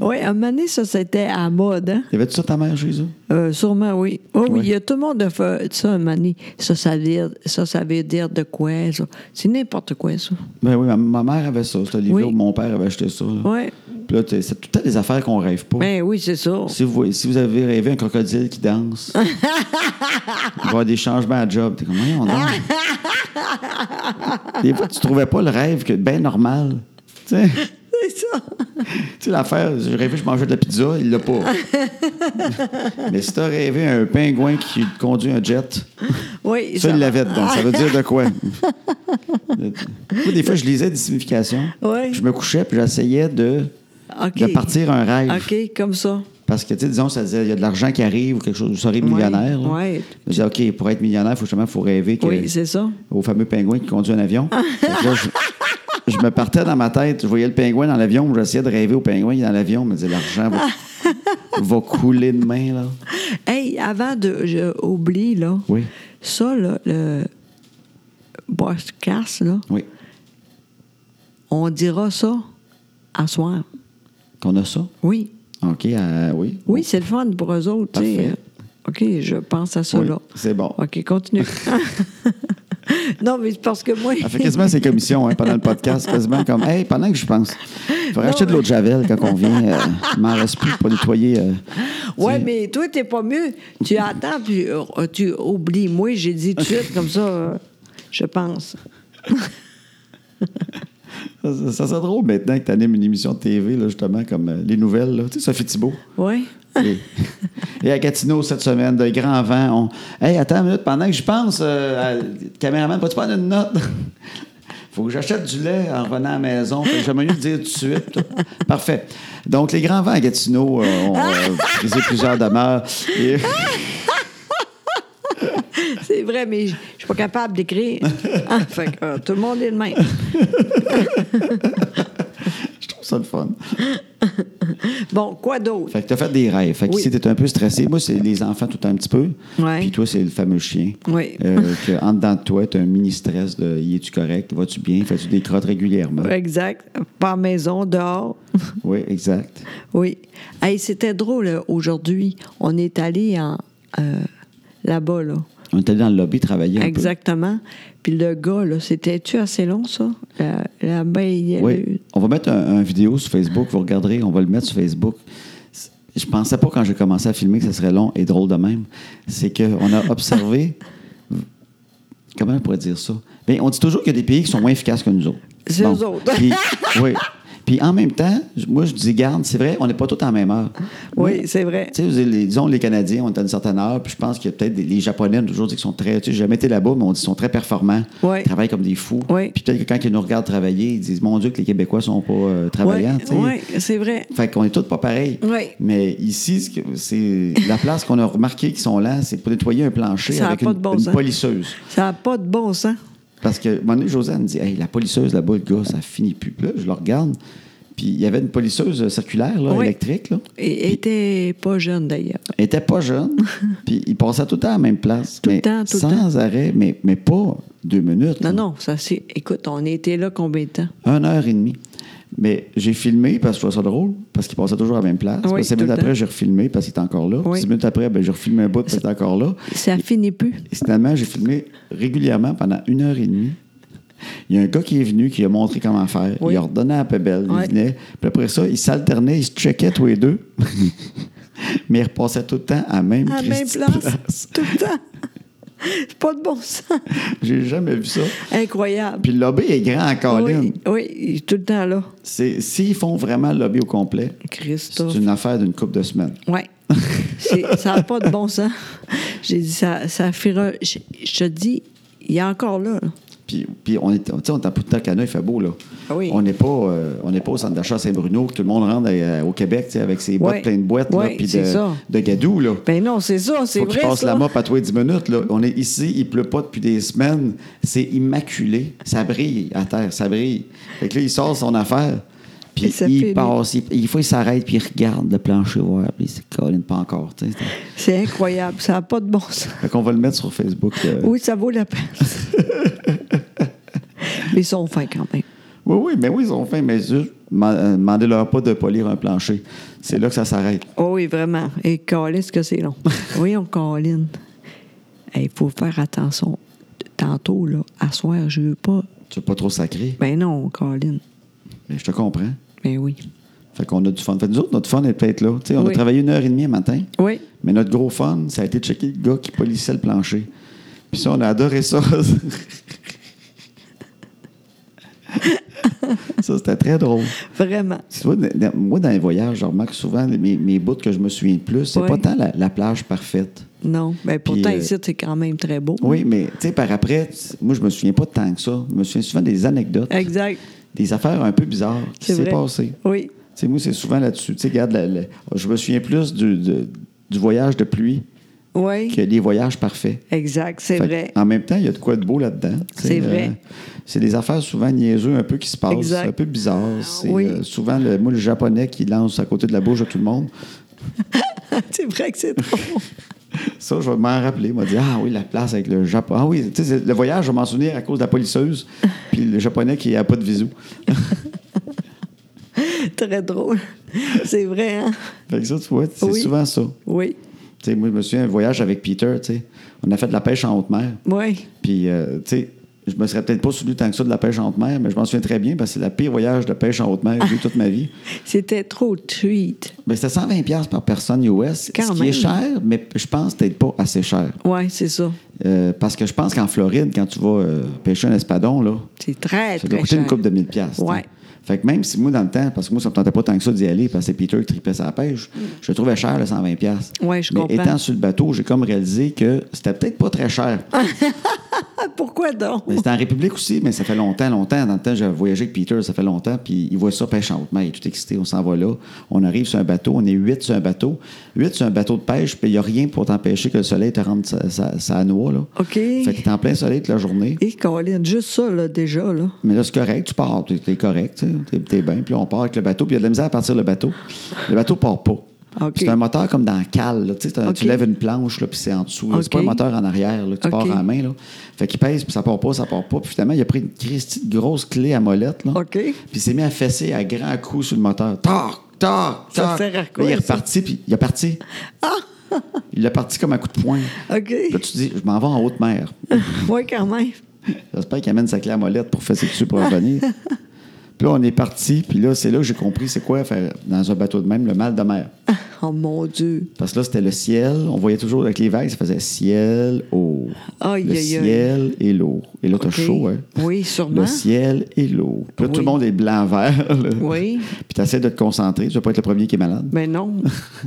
Speaker 2: Oui, à un moment donné, ça, c'était à la mode, hein?
Speaker 1: Y avait-tu ça ta mère, Jésus?
Speaker 2: Euh, sûrement, oui. Oh,
Speaker 1: Oui.
Speaker 2: oui, il y a tout le monde a fait ça, un moment donné. Ça, ça veut dire, ça, ça veut dire de quoi, ça. C'est n'importe quoi, ça.
Speaker 1: Ben oui, ma, ma mère avait ça, ce livre-là.
Speaker 2: Oui.
Speaker 1: Mon père avait acheté ça. là.
Speaker 2: Oui.
Speaker 1: Puis Puis là, t'es- c'est tout le temps des affaires qu'on rêve pas.
Speaker 2: Ben oui, c'est ça.
Speaker 1: Si vous, si vous avez rêvé un crocodile qui danse, il va y avoir des changements à job. T'es comme, voyons donc. Des fois, tu trouvais pas le rêve que ben normal. Tu sais,
Speaker 2: C'est ça.
Speaker 1: tu sais, l'affaire, j'ai rêvé que je mangeais de la pizza, il l'a pas. Mais si t'as rêvé un pingouin qui conduit un jet,
Speaker 2: Oui,
Speaker 1: ça, il l'avait dedans. Ça veut dire de quoi? Moi, des fois, je lisais des significations.
Speaker 2: Ouais.
Speaker 1: Je me couchais, puis j'essayais de,
Speaker 2: OK.
Speaker 1: de partir un rêve.
Speaker 2: OK, comme ça.
Speaker 1: Parce que, tu sais, disons, ça disait, il y a de l'argent qui arrive ou quelque chose, vous serez millionnaire. là.
Speaker 2: ouais.
Speaker 1: Je disais, OK, pour être millionnaire, faut justement, faut rêver que-
Speaker 2: Oui, c'est ça.
Speaker 1: au fameux pingouin qui conduit un avion. Fait que là, je, je me partais dans ma tête, je voyais le pingouin dans l'avion, j'essayais de rêver au pingouin qui est dans l'avion, mais je me disais, l'argent va, va couler de main, là.
Speaker 2: Hey, avant de. J'oublie, là.
Speaker 1: Oui.
Speaker 2: Ça, là, le podcast, là,
Speaker 1: Oui.
Speaker 2: on dira ça à soir.
Speaker 1: Qu'on a ça.
Speaker 2: Oui.
Speaker 1: OK, euh, oui.
Speaker 2: Oui, c'est le fun pour eux autres, tu sais.
Speaker 1: Parfait.
Speaker 2: Euh, OK, je pense à ça,
Speaker 1: Oui,
Speaker 2: là.
Speaker 1: c'est bon.
Speaker 2: OK, continue. non, mais c'est parce que moi.
Speaker 1: Elle fait quasiment ses commissions hein, pendant le podcast, quasiment comme Hey, pendant que je pense. Il faudrait acheter de l'eau de Javel quand on vient. euh, il m'en reste plus pour nettoyer. euh,
Speaker 2: Oui,
Speaker 1: tu sais.
Speaker 2: mais toi, t'es pas mieux. Tu attends, puis euh, tu oublies. Moi, j'ai dit tout de suite, comme ça, euh, je pense.
Speaker 1: Ça, ça, ça serait drôle maintenant que tu animes une émission de TV, là, justement, comme euh, les nouvelles. là. Tu sais, Sophie Thibault.
Speaker 2: Oui.
Speaker 1: Et, et à Gatineau, cette semaine, de grand vent, on. Hey, attends une minute, pendant que je pense, euh, à- caméraman, peux-tu prendre une note? Faut que j'achète du lait en revenant à la maison. Fait que J'aimerais mieux le dire tout de suite. Parfait. Donc, les grands vents à Gatineau euh, ont euh, brisé plusieurs demeures. Et-
Speaker 2: C'est vrai, mais je je suis pas capable d'écrire. Ah, fait que euh, tout le monde est le même.
Speaker 1: je trouve ça le fun.
Speaker 2: Bon, quoi d'autre?
Speaker 1: Fait que t'as fait des rêves. Fait que
Speaker 2: Oui.
Speaker 1: si t'es un peu stressé, moi, c'est les enfants tout un petit peu.
Speaker 2: Ouais.
Speaker 1: Puis toi, c'est le fameux chien.
Speaker 2: Oui.
Speaker 1: Euh, que en dedans de toi, t'as un mini-stress de « es-tu correct? Vas-tu bien? Fais-tu des crottes régulièrement?
Speaker 2: Exact. Pas à maison, dehors.
Speaker 1: Oui, exact.
Speaker 2: Oui. Hey, c'était drôle euh, aujourd'hui. On est allé en euh, là-bas, là.
Speaker 1: On est allé dans le lobby travailler un
Speaker 2: Exactement. Puis le gars, là, c'était-tu assez long, ça? La, la baie-
Speaker 1: peu. Oui. On va mettre un, un vidéo sur Facebook. Vous regarderez, on va le mettre sur Facebook. C'est- Je pensais pas quand j'ai commencé à filmer que ça serait long et drôle de même. C'est qu'on a observé... Comment on pourrait dire ça? Bien, on dit toujours qu'il y a des pays qui sont moins efficaces que nous autres.
Speaker 2: C'est eux autres.
Speaker 1: Puis, oui. Puis en même temps, j- moi, je dis, garde, c'est vrai, on n'est pas tous en même heure.
Speaker 2: Oui,
Speaker 1: Moi,
Speaker 2: c'est vrai.
Speaker 1: Tu sais, vous avez les- disons, les Canadiens, on est à une certaine heure, puis je pense qu'il y a peut-être des- les Japonais, on a toujours dit qu'ils sont très. Tu sais, j'ai jamais été là-bas, mais on dit qu'ils sont très performants.
Speaker 2: Ouais.
Speaker 1: Ils travaillent comme des fous.
Speaker 2: Ouais.
Speaker 1: Puis peut-être que quand ils nous regardent travailler, ils disent, mon Dieu, que les Québécois sont pas euh, travaillants. tu sais.
Speaker 2: Oui, oui, c'est vrai.
Speaker 1: Fait qu'on est tous pas pareils.
Speaker 2: Ouais.
Speaker 1: Mais ici, ce que- c'est la place qu'on a remarqué qu'ils sont là, c'est pour nettoyer un plancher
Speaker 2: Ça a
Speaker 1: avec
Speaker 2: pas
Speaker 1: une,
Speaker 2: de bon
Speaker 1: une
Speaker 2: sens.
Speaker 1: polisseuse.
Speaker 2: Ça n'a pas de bon sens.
Speaker 1: Parce que, un moment donné, Josiane me dit Hey, la polisseuse là-bas, le gars, ça finit plus. Puis là, je le regarde. Puis il y avait une polisseuse euh, circulaire, là,
Speaker 2: Oui.
Speaker 1: électrique. Là.
Speaker 2: Et elle était pas jeune, d'ailleurs.
Speaker 1: Elle était pas jeune. puis il passait tout le temps à la même place.
Speaker 2: Tout le
Speaker 1: mais
Speaker 2: temps, tout le
Speaker 1: sans arrêt, mais, mais pas deux minutes.
Speaker 2: Non,
Speaker 1: là.
Speaker 2: non, ça c'est. Écoute, on était là combien de temps?
Speaker 1: Une heure et demie. Mais j'ai filmé parce que je trouvais ça drôle, parce qu'il passait toujours à la même place.
Speaker 2: Oui,
Speaker 1: Puis Cinq
Speaker 2: tout le
Speaker 1: minutes
Speaker 2: temps.
Speaker 1: après, j'ai refilmé parce qu'il était encore là.
Speaker 2: Oui.
Speaker 1: Six minutes après, ben, j'ai refilmé un bout parce qu'il était encore là.
Speaker 2: Ça finit plus.
Speaker 1: Et finalement, j'ai filmé régulièrement pendant une heure et demie. Il y a un gars qui est venu, qui a montré comment faire.
Speaker 2: Oui.
Speaker 1: Il a redonné à la pebelle.
Speaker 2: Ouais.
Speaker 1: Il venait. Puis après ça, ils s'alternaient, ils se checkaient tous les deux. Mais ils repassaient tout le temps à la même,
Speaker 2: À la même
Speaker 1: Christi
Speaker 2: place, tout le temps. C'est pas de bon sens.
Speaker 1: J'ai jamais vu ça.
Speaker 2: Incroyable.
Speaker 1: Puis le lobby est grand en colline.
Speaker 2: Oui, oui, tout le temps là.
Speaker 1: C'est- S'ils font vraiment le lobby au complet,
Speaker 2: Christophe.
Speaker 1: c'est une affaire d'une coupe de semaines.
Speaker 2: Oui. Ça n'a pas de bon sens. J'ai dit, ça, ça fera. Je, je te dis, il est encore là. là.
Speaker 1: Puis, puis on est, tu sais, on est en bout de temps il fait beau, là.
Speaker 2: Ah oui.
Speaker 1: On n'est pas, euh, on n'est pas au centre d'achat Saint-Bruno, que tout le monde rentre à- au Québec, tu sais, avec ses bottes
Speaker 2: Ouais.
Speaker 1: pleines de boîtes, là,
Speaker 2: Ouais,
Speaker 1: puis
Speaker 2: c'est
Speaker 1: de,
Speaker 2: ça.
Speaker 1: de gadou, là.
Speaker 2: Ben non, c'est ça, c'est
Speaker 1: Faut qu'il
Speaker 2: vrai.
Speaker 1: passe
Speaker 2: ça.
Speaker 1: la mop à toi 10 minutes, là. On est ici, il pleut pas depuis des semaines. C'est immaculé. Ça brille à terre, ça brille. Fait que là, il sort son affaire.
Speaker 2: Et
Speaker 1: Puis
Speaker 2: ça finit.
Speaker 1: il passe, il, il faut qu'il s'arrête, puis il regarde le plancher, ouais, puis il se colline pas encore, tu sais.
Speaker 2: C'est incroyable. Ça n'a pas de bon sens.
Speaker 1: Fait qu'on va le mettre sur Facebook. euh,
Speaker 2: Oui, ça vaut la peine. Mais ils sont fins quand même.
Speaker 1: Oui, oui, mais oui, ils ont faim, mais juste, man- euh, demandez-leur pas de polir un plancher. C'est là que ça s'arrête.
Speaker 2: Oh oui, vraiment. Et Colin, ce que c'est long. Voyons, Colin. Il faut faire attention. Tantôt, là, à soir, je veux pas.
Speaker 1: Tu veux pas trop sacré,
Speaker 2: Ben non, Colin.
Speaker 1: mais je te comprends.
Speaker 2: Ben oui.
Speaker 1: Fait qu'on a du fun. Fait que nous autres, notre fun est peut-être là. Tu sais, on
Speaker 2: Oui.
Speaker 1: a travaillé une heure et demie le matin,
Speaker 2: Oui.
Speaker 1: mais notre gros fun, ça a été de checker le gars qui polissait le plancher. Puis ça, on a adoré ça. ça, c'était très drôle.
Speaker 2: Vraiment.
Speaker 1: Tu vois, dans- dans- moi, dans les voyages, je remarque souvent mes, mes bouts que je me souviens le plus, c'est
Speaker 2: Oui.
Speaker 1: pas tant la, la plage parfaite.
Speaker 2: Non. Ben, pourtant,
Speaker 1: euh,
Speaker 2: ici, c'est quand même très beau.
Speaker 1: Oui, mais tu sais, par après, t- moi, je me souviens pas tant que ça. Je me souviens souvent des anecdotes,
Speaker 2: Exact.
Speaker 1: des affaires un peu bizarres qui
Speaker 2: C'est
Speaker 1: s'est
Speaker 2: vrai.
Speaker 1: passé.
Speaker 2: Oui.
Speaker 1: Tu sais, moi, c'est souvent là-dessus. Tu sais, regarde, la- la- je me souviens plus du, de- du voyage de pluie
Speaker 2: Oui.
Speaker 1: que des voyages parfaits.
Speaker 2: Exact. C'est
Speaker 1: Fait que,
Speaker 2: vrai.
Speaker 1: En même temps, il y a de quoi de beau là-dedans. Tu sais, euh,
Speaker 2: C'est vrai.
Speaker 1: c'est des affaires souvent niaiseux un peu qui se passent.
Speaker 2: Exact. Ah
Speaker 1: C'est un peu bizarre. C'est
Speaker 2: Oui.
Speaker 1: euh, souvent, le, moi, le japonais qui lance à côté de la bouche de tout le monde. ah.
Speaker 2: c'est vrai que c'est drôle.
Speaker 1: Ça, je vais m'en rappeler. Il m'a dit Ah oui, la place avec le Japon. Ah oui, tu sais, c'est- le voyage, je vais m'en souvenir à cause de la polisseuse. Puis le japonais qui n'a pas de visu.
Speaker 2: très drôle. C'est vrai, hein?
Speaker 1: Fait que ça, tu vois, c'est
Speaker 2: Oui.
Speaker 1: souvent ça.
Speaker 2: Oui.
Speaker 1: Tu sais, moi, je me souviens un voyage avec Peter. tu sais. On a fait de la pêche en haute mer.
Speaker 2: Oui.
Speaker 1: Puis, euh, tu sais, je me serais peut-être pas souvenu tant que ça de la pêche en haute mer, mais je m'en souviens très bien parce que c'est la pire voyage de pêche en haute mer que j'ai eu toute ma vie.
Speaker 2: Ah. C'était trop tweet.
Speaker 1: Mais c'était 120$ piastres par personne US,
Speaker 2: Quand
Speaker 1: ce qui
Speaker 2: même.
Speaker 1: est cher, mais je pense peut-être pas assez cher.
Speaker 2: Oui, c'est ça.
Speaker 1: Euh, parce que je pense qu'en Floride, quand tu vas euh, pêcher un espadon, là,
Speaker 2: C'est très,
Speaker 1: ça doit
Speaker 2: très
Speaker 1: coûter
Speaker 2: cher.
Speaker 1: une coupe de 1000$. piastres,
Speaker 2: Ouais.
Speaker 1: tu sais. Fait que même si moi, dans le temps, parce que moi, ça me tentait pas tant que ça d'y aller, parce que c'est Peter qui tripait sa pêche, je le trouvais cher, le 120$. piastres.
Speaker 2: Mm. Ouais, je
Speaker 1: Mais
Speaker 2: comprends.
Speaker 1: étant sur le bateau, j'ai comme réalisé que c'était peut-être pas très cher.
Speaker 2: Ah, pourquoi donc?
Speaker 1: Mais C'était en République aussi, mais ça fait longtemps, longtemps. Dans le temps, j'avais voyagé avec Peter, ça fait longtemps, puis il voit ça pêche en haute mer, il est tout excité, on s'en va là. On arrive sur un bateau, on est huit sur un bateau. Huit sur un bateau de pêche, puis il n'y a rien pour t'empêcher que le soleil te rende sa, sa, sa noix, là.
Speaker 2: OK.
Speaker 1: Fait que t'es en plein soleil toute la journée.
Speaker 2: Et Colin, Eh, juste ça, là, déjà, là.
Speaker 1: Mais là, c'est correct, tu pars, t'es t'es correct, tu sais, t'es t'es bien, puis on part avec le bateau, puis il y a de la misère à partir le bateau. Le bateau part pas.
Speaker 2: OK.
Speaker 1: C'est un moteur comme dans la cale. là, tu sais, t'as-
Speaker 2: OK.
Speaker 1: Tu lèves une planche, là, puis c'est en dessous. là. C'est
Speaker 2: OK.
Speaker 1: pas un moteur en arrière là, que tu
Speaker 2: OK.
Speaker 1: pars en main. Là. Fait qu'il pèse, puis ça part pas, ça part pas. Puis finalement, il a pris une christie de grosse clé à molette. Là,
Speaker 2: OK.
Speaker 1: Puis il s'est mis à fesser à grands coups sur le moteur. Toc, toc,
Speaker 2: Ça
Speaker 1: toc.
Speaker 2: sert à
Speaker 1: Là,
Speaker 2: quoi,
Speaker 1: il est
Speaker 2: ça? Ah!
Speaker 1: reparti, puis il est parti. il est parti comme un coup de poing.
Speaker 2: OK.
Speaker 1: Là, tu te dis, je m'en vais en haute mer.
Speaker 2: Oui, quand même.
Speaker 1: J'espère qu'il amène sa clé à molette pour fesser dessus pour revenir. puis là, on est parti, puis là, c'est là que j'ai compris c'est quoi faire dans un bateau de même le mal de mer.
Speaker 2: Oh mon Dieu.
Speaker 1: Parce que là, c'était le ciel, on voyait toujours avec les vagues, ça faisait ciel, eau.
Speaker 2: Aïe,
Speaker 1: le
Speaker 2: aïe, aïe.
Speaker 1: ciel et l'eau. Et là, t'as
Speaker 2: OK.
Speaker 1: chaud, hein?
Speaker 2: Oui,
Speaker 1: Le
Speaker 2: sûrement.
Speaker 1: ciel et l'eau. Puis là, tout
Speaker 2: Oui.
Speaker 1: le monde est blanc-vert. là.
Speaker 2: Oui.
Speaker 1: Puis t'essaies de te concentrer, tu veux pas être le premier qui est malade.
Speaker 2: Ben non.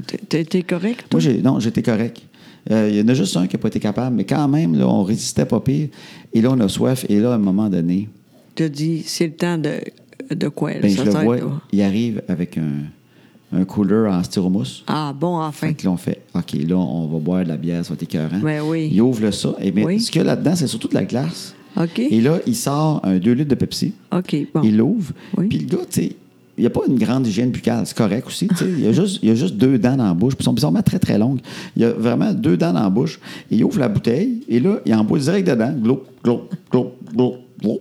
Speaker 2: T'es- T'es t'es correct,
Speaker 1: Moi,
Speaker 2: toi?
Speaker 1: j'ai- non, j'étais correct. Euh, Il y en a juste un qui n'a pas été capable, mais quand même, là, on résistait pas pire. Et là, on a soif. Et là, à un moment donné,
Speaker 2: T'as dit, c'est le temps de, de quoi, là?
Speaker 1: Ben,
Speaker 2: ça
Speaker 1: je le
Speaker 2: sert,
Speaker 1: vois,
Speaker 2: là.
Speaker 1: il arrive avec un, un cooler en styromousse.
Speaker 2: Ah, bon, enfin.
Speaker 1: Fait que là, on fait OK, là, on va boire de la bière, ça va être écœurant.
Speaker 2: Ben oui.
Speaker 1: Il ouvre le ça. Et bien,
Speaker 2: Oui.
Speaker 1: ce qu'il y a là-dedans, c'est surtout de la glace.
Speaker 2: OK.
Speaker 1: Et là, il sort un 2 litres de Pepsi.
Speaker 2: OK, bon.
Speaker 1: Il l'ouvre.
Speaker 2: Oui.
Speaker 1: Puis le gars, tu sais, il n'y a pas une grande hygiène buccale. C'est correct aussi. tu sais. Il y, a juste, il y a juste deux dents dans la bouche. Puis elles sont bizarrement très, très longues. Il y a vraiment deux dents dans la bouche. Il ouvre la bouteille et là, il en boit direct dedans. Gloup, gloup, gloup, gloup, gloup.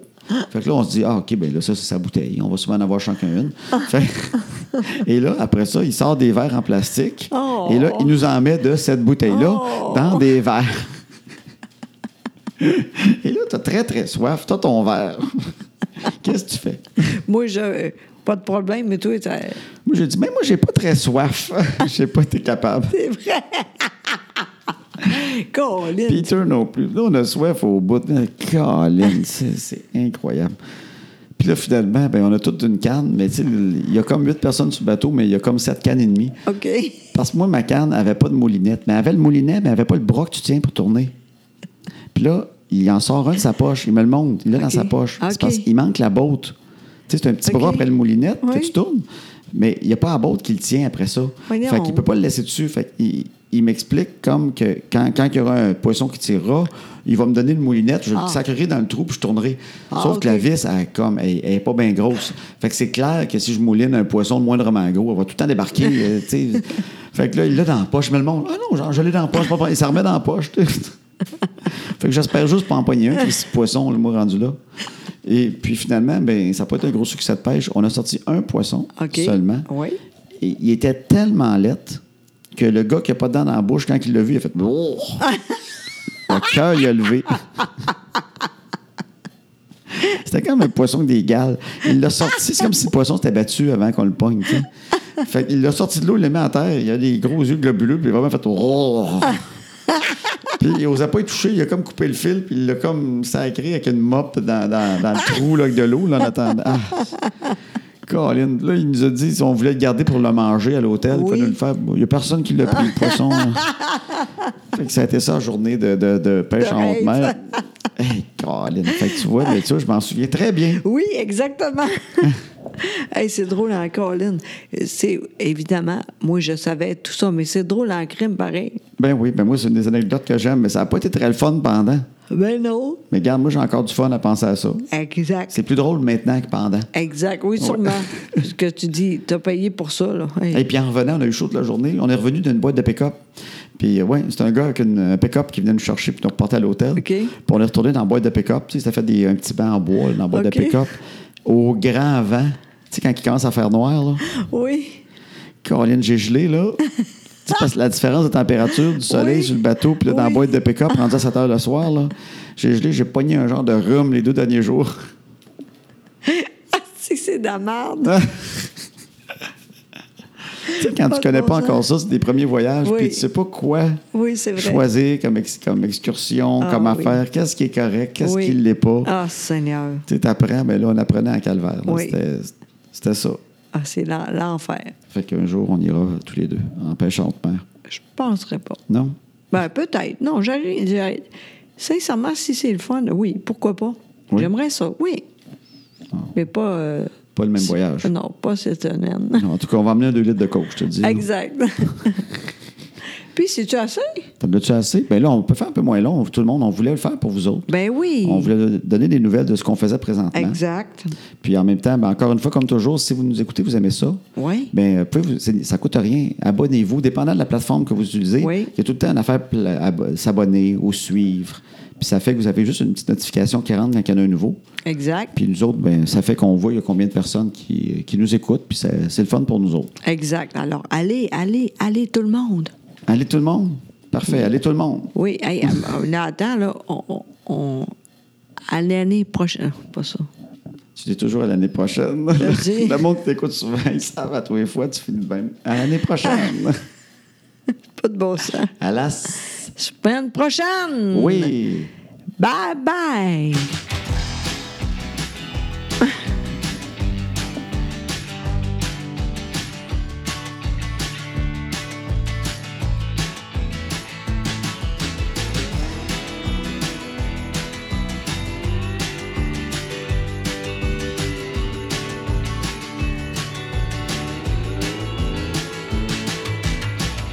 Speaker 1: Fait que là, on se dit, ah, OK, ben là, ça, c'est sa bouteille. On va souvent en avoir chacun une. Fait- et là, après ça, il sort des verres en plastique.
Speaker 2: Oh.
Speaker 1: Et là, il nous en met de cette bouteille-là
Speaker 2: Oh.
Speaker 1: dans des verres. Et là, t'as très, très soif. T'as ton verre. Qu'est-ce que tu fais?
Speaker 2: Moi, je, pas de problème, mais toi, t'as-
Speaker 1: Moi, j'ai dit, mais moi, j'ai pas très soif. j'ai pas été capable.
Speaker 2: c'est vrai. Colin.
Speaker 1: Peter non plus. Là, on a soif au bout. Mais Colin, c'est c'est incroyable. Puis là, finalement, ben, on a toute une canne, mais tu sais, il y a comme huit personnes sur le bateau, mais il y a comme sept cannes et demie.
Speaker 2: OK.
Speaker 1: Parce que moi, ma canne n'avait pas de moulinette, mais elle avait le moulinet, mais elle n'avait pas le bras que tu tiens pour tourner. Puis là, il en sort un de sa poche, il me le montre, il l'a dans
Speaker 2: OK.
Speaker 1: sa poche.
Speaker 2: OK.
Speaker 1: C'est parce qu'il manque la botte. Tu sais, c'est un petit
Speaker 2: OK.
Speaker 1: bras après le moulinette
Speaker 2: Oui.
Speaker 1: que tu tournes, mais il n'y a pas la botte qui le tient après ça.
Speaker 2: Voyons.
Speaker 1: Fait qu'il ne peut pas le laisser dessus. Fait qu'il il m'explique comme que quand, quand il y aura un poisson qui tirera, il va me donner le moulinette, je
Speaker 2: Ah.
Speaker 1: le sacrerai dans le trou puis je tournerai.
Speaker 2: Ah,
Speaker 1: Sauf que la
Speaker 2: OK.
Speaker 1: vis, elle, comme, elle, elle est pas bien grosse. Fait que c'est clair que si je mouline un poisson de moindrement gros, elle va tout le temps débarquer. euh, tu sais. fait que là, il l'a dans la poche. Mais le monde, ah non, genre, je l'ai dans la poche. pas- Il s'en remet dans la poche. tu sais. fait que j'espère juste pas empoigner un, qui est six poissons, le mot rendu là. Et puis finalement, ben, ça n'a pas été un gros succès de pêche. On a sorti un poisson
Speaker 2: OK.
Speaker 1: seulement.
Speaker 2: Oui.
Speaker 1: Et il était tellement lettre que le gars qui n'a pas de dents dans la bouche, quand il l'a vu, il a fait Oh! Le cœur il a levé. C'était comme un poisson avec des gales. Il l'a sorti, c'est comme si le poisson s'était battu avant qu'on le pogne. tu sais. Fait qu'il l'a sorti de l'eau, il l'a mis à terre. Il a des gros yeux globuleux, puis il a vraiment fait. Roar. puis il n'osait pas y toucher, il a comme coupé le fil, puis il l'a comme sacré avec une mop dans, dans- dans le trou là, avec de l'eau, là, en attendant. Ah. Colin, là, il nous a dit si on voulait le garder pour le manger à l'hôtel,
Speaker 2: Oui.
Speaker 1: qu'on nous le faire. Bon, Il n'y a personne qui l'a pris, le poisson. là. Fait que ça a été ça, la journée de, de- de pêche
Speaker 2: De
Speaker 1: en haute
Speaker 2: rêve.
Speaker 1: mer. Hey, Colin, fait que tu vois, mais ça, je m'en souviens très bien.
Speaker 2: Oui, exactement. Hey, c'est drôle en colline. C'est évidemment, moi je savais tout ça, mais c'est drôle en crime pareil.
Speaker 1: Ben oui, ben moi, c'est une des anecdotes que j'aime, mais ça n'a pas été très le fun pendant.
Speaker 2: Ben non.
Speaker 1: Mais regarde, moi, j'ai encore du fun à penser à ça.
Speaker 2: Exact.
Speaker 1: C'est plus drôle maintenant que pendant.
Speaker 2: Exact. Oui, sûrement. Ce que tu dis, t'as payé pour ça, là. Hey.
Speaker 1: Et puis en revenant, on a eu chaud toute la journée. On est revenu d'une boîte de pick-up. Puis euh, ouais, c'est un gars avec une un pick-up qui venait nous chercher puis nous reporter à l'hôtel.
Speaker 2: OK.
Speaker 1: Puis on est retourné dans la boîte de pick-up. Tu sais, ça fait des, un petit banc en bois là, dans la boîte
Speaker 2: OK.
Speaker 1: de pick-up. Au grand vent. Tu sais, quand il commence à faire noir, là.
Speaker 2: Oui.
Speaker 1: Caroline, j'ai gelé, là. Tu sais, parce que la différence de température du soleil
Speaker 2: Oui.
Speaker 1: sur le bateau, puis là, dans la
Speaker 2: Oui.
Speaker 1: boîte de pick-up, rendu à 7 heures le soir, là, j'ai gelé, j'ai pogné un genre de rhume les deux derniers jours.
Speaker 2: Ah, c'est c'est de la
Speaker 1: Ah.
Speaker 2: merde.
Speaker 1: Tu sais, quand
Speaker 2: Pas
Speaker 1: tu
Speaker 2: de
Speaker 1: connais
Speaker 2: bon
Speaker 1: pas
Speaker 2: sens.
Speaker 1: encore ça, c'est des premiers voyages,
Speaker 2: Oui.
Speaker 1: puis tu sais pas quoi
Speaker 2: Oui, c'est vrai.
Speaker 1: choisir comme, ex- comme excursion,
Speaker 2: Ah,
Speaker 1: comme
Speaker 2: oui.
Speaker 1: affaire, qu'est-ce qui est correct, qu'est-ce
Speaker 2: Oui.
Speaker 1: qui l'est pas.
Speaker 2: Ah, Seigneur.
Speaker 1: Tu apprends, mais là, on apprenait à calvaire. là.
Speaker 2: Oui.
Speaker 1: C'était- C'était ça.
Speaker 2: Ah, c'est l'en- l'enfer.
Speaker 1: Fait qu'un jour, on ira tous les deux en pêche en haute mer.
Speaker 2: Je penserais pas.
Speaker 1: Non?
Speaker 2: Ben, peut-être. Non, j'arrive. j'arrive. Sincèrement, si c'est le fun, oui, pourquoi pas?
Speaker 1: Oui.
Speaker 2: J'aimerais ça, oui. Mais pas. euh,
Speaker 1: Pas le même
Speaker 2: si-
Speaker 1: voyage.
Speaker 2: Non, pas cette semaine.
Speaker 1: Non, En tout cas, on va amener un 2 litres de coke, je te dis. là.
Speaker 2: exact. Puis, c'est-tu assez?
Speaker 1: T'en as-tu assez? Bien là, on peut faire un peu moins long. Tout le monde, on voulait le faire pour vous autres.
Speaker 2: Ben oui.
Speaker 1: On voulait donner des nouvelles de ce qu'on faisait présentement.
Speaker 2: Exact.
Speaker 1: Puis en même temps, ben, encore une fois, comme toujours, si vous nous écoutez, vous aimez ça,
Speaker 2: Oui.
Speaker 1: ben, euh, pouvez vous- c'est- ça ne coûte rien. Abonnez-vous. Dépendant de la plateforme que vous utilisez,
Speaker 2: Oui.
Speaker 1: il y a tout le temps une affaire pla- ab- s'abonner ou suivre. Puis ça fait que vous avez juste une petite notification qui rentre quand il y en a un nouveau.
Speaker 2: Exact.
Speaker 1: Puis nous autres, ben, ça fait qu'on voit il y a combien de personnes qui, qui nous écoutent. Puis ça- c'est le fun pour nous autres.
Speaker 2: Exact. Alors, allez, allez, allez, tout le monde.
Speaker 1: Allez tout le monde. Parfait. Allez tout le monde.
Speaker 2: Oui, hey, euh, là, attends, là, on. on- on- à l'année prochaine. Pas ça.
Speaker 1: Tu dis toujours à l'année prochaine.
Speaker 2: Je dis.
Speaker 1: le monde qui t'écoute souvent, ils savent à tous les fois, tu finis de même. À l'année prochaine.
Speaker 2: Pas de bon sens.
Speaker 1: à la... s-
Speaker 2: Semaine prochaine!
Speaker 1: Oui.
Speaker 2: Bye bye!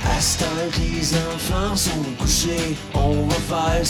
Speaker 3: À ce temps que les enfants sont couchés, on va faire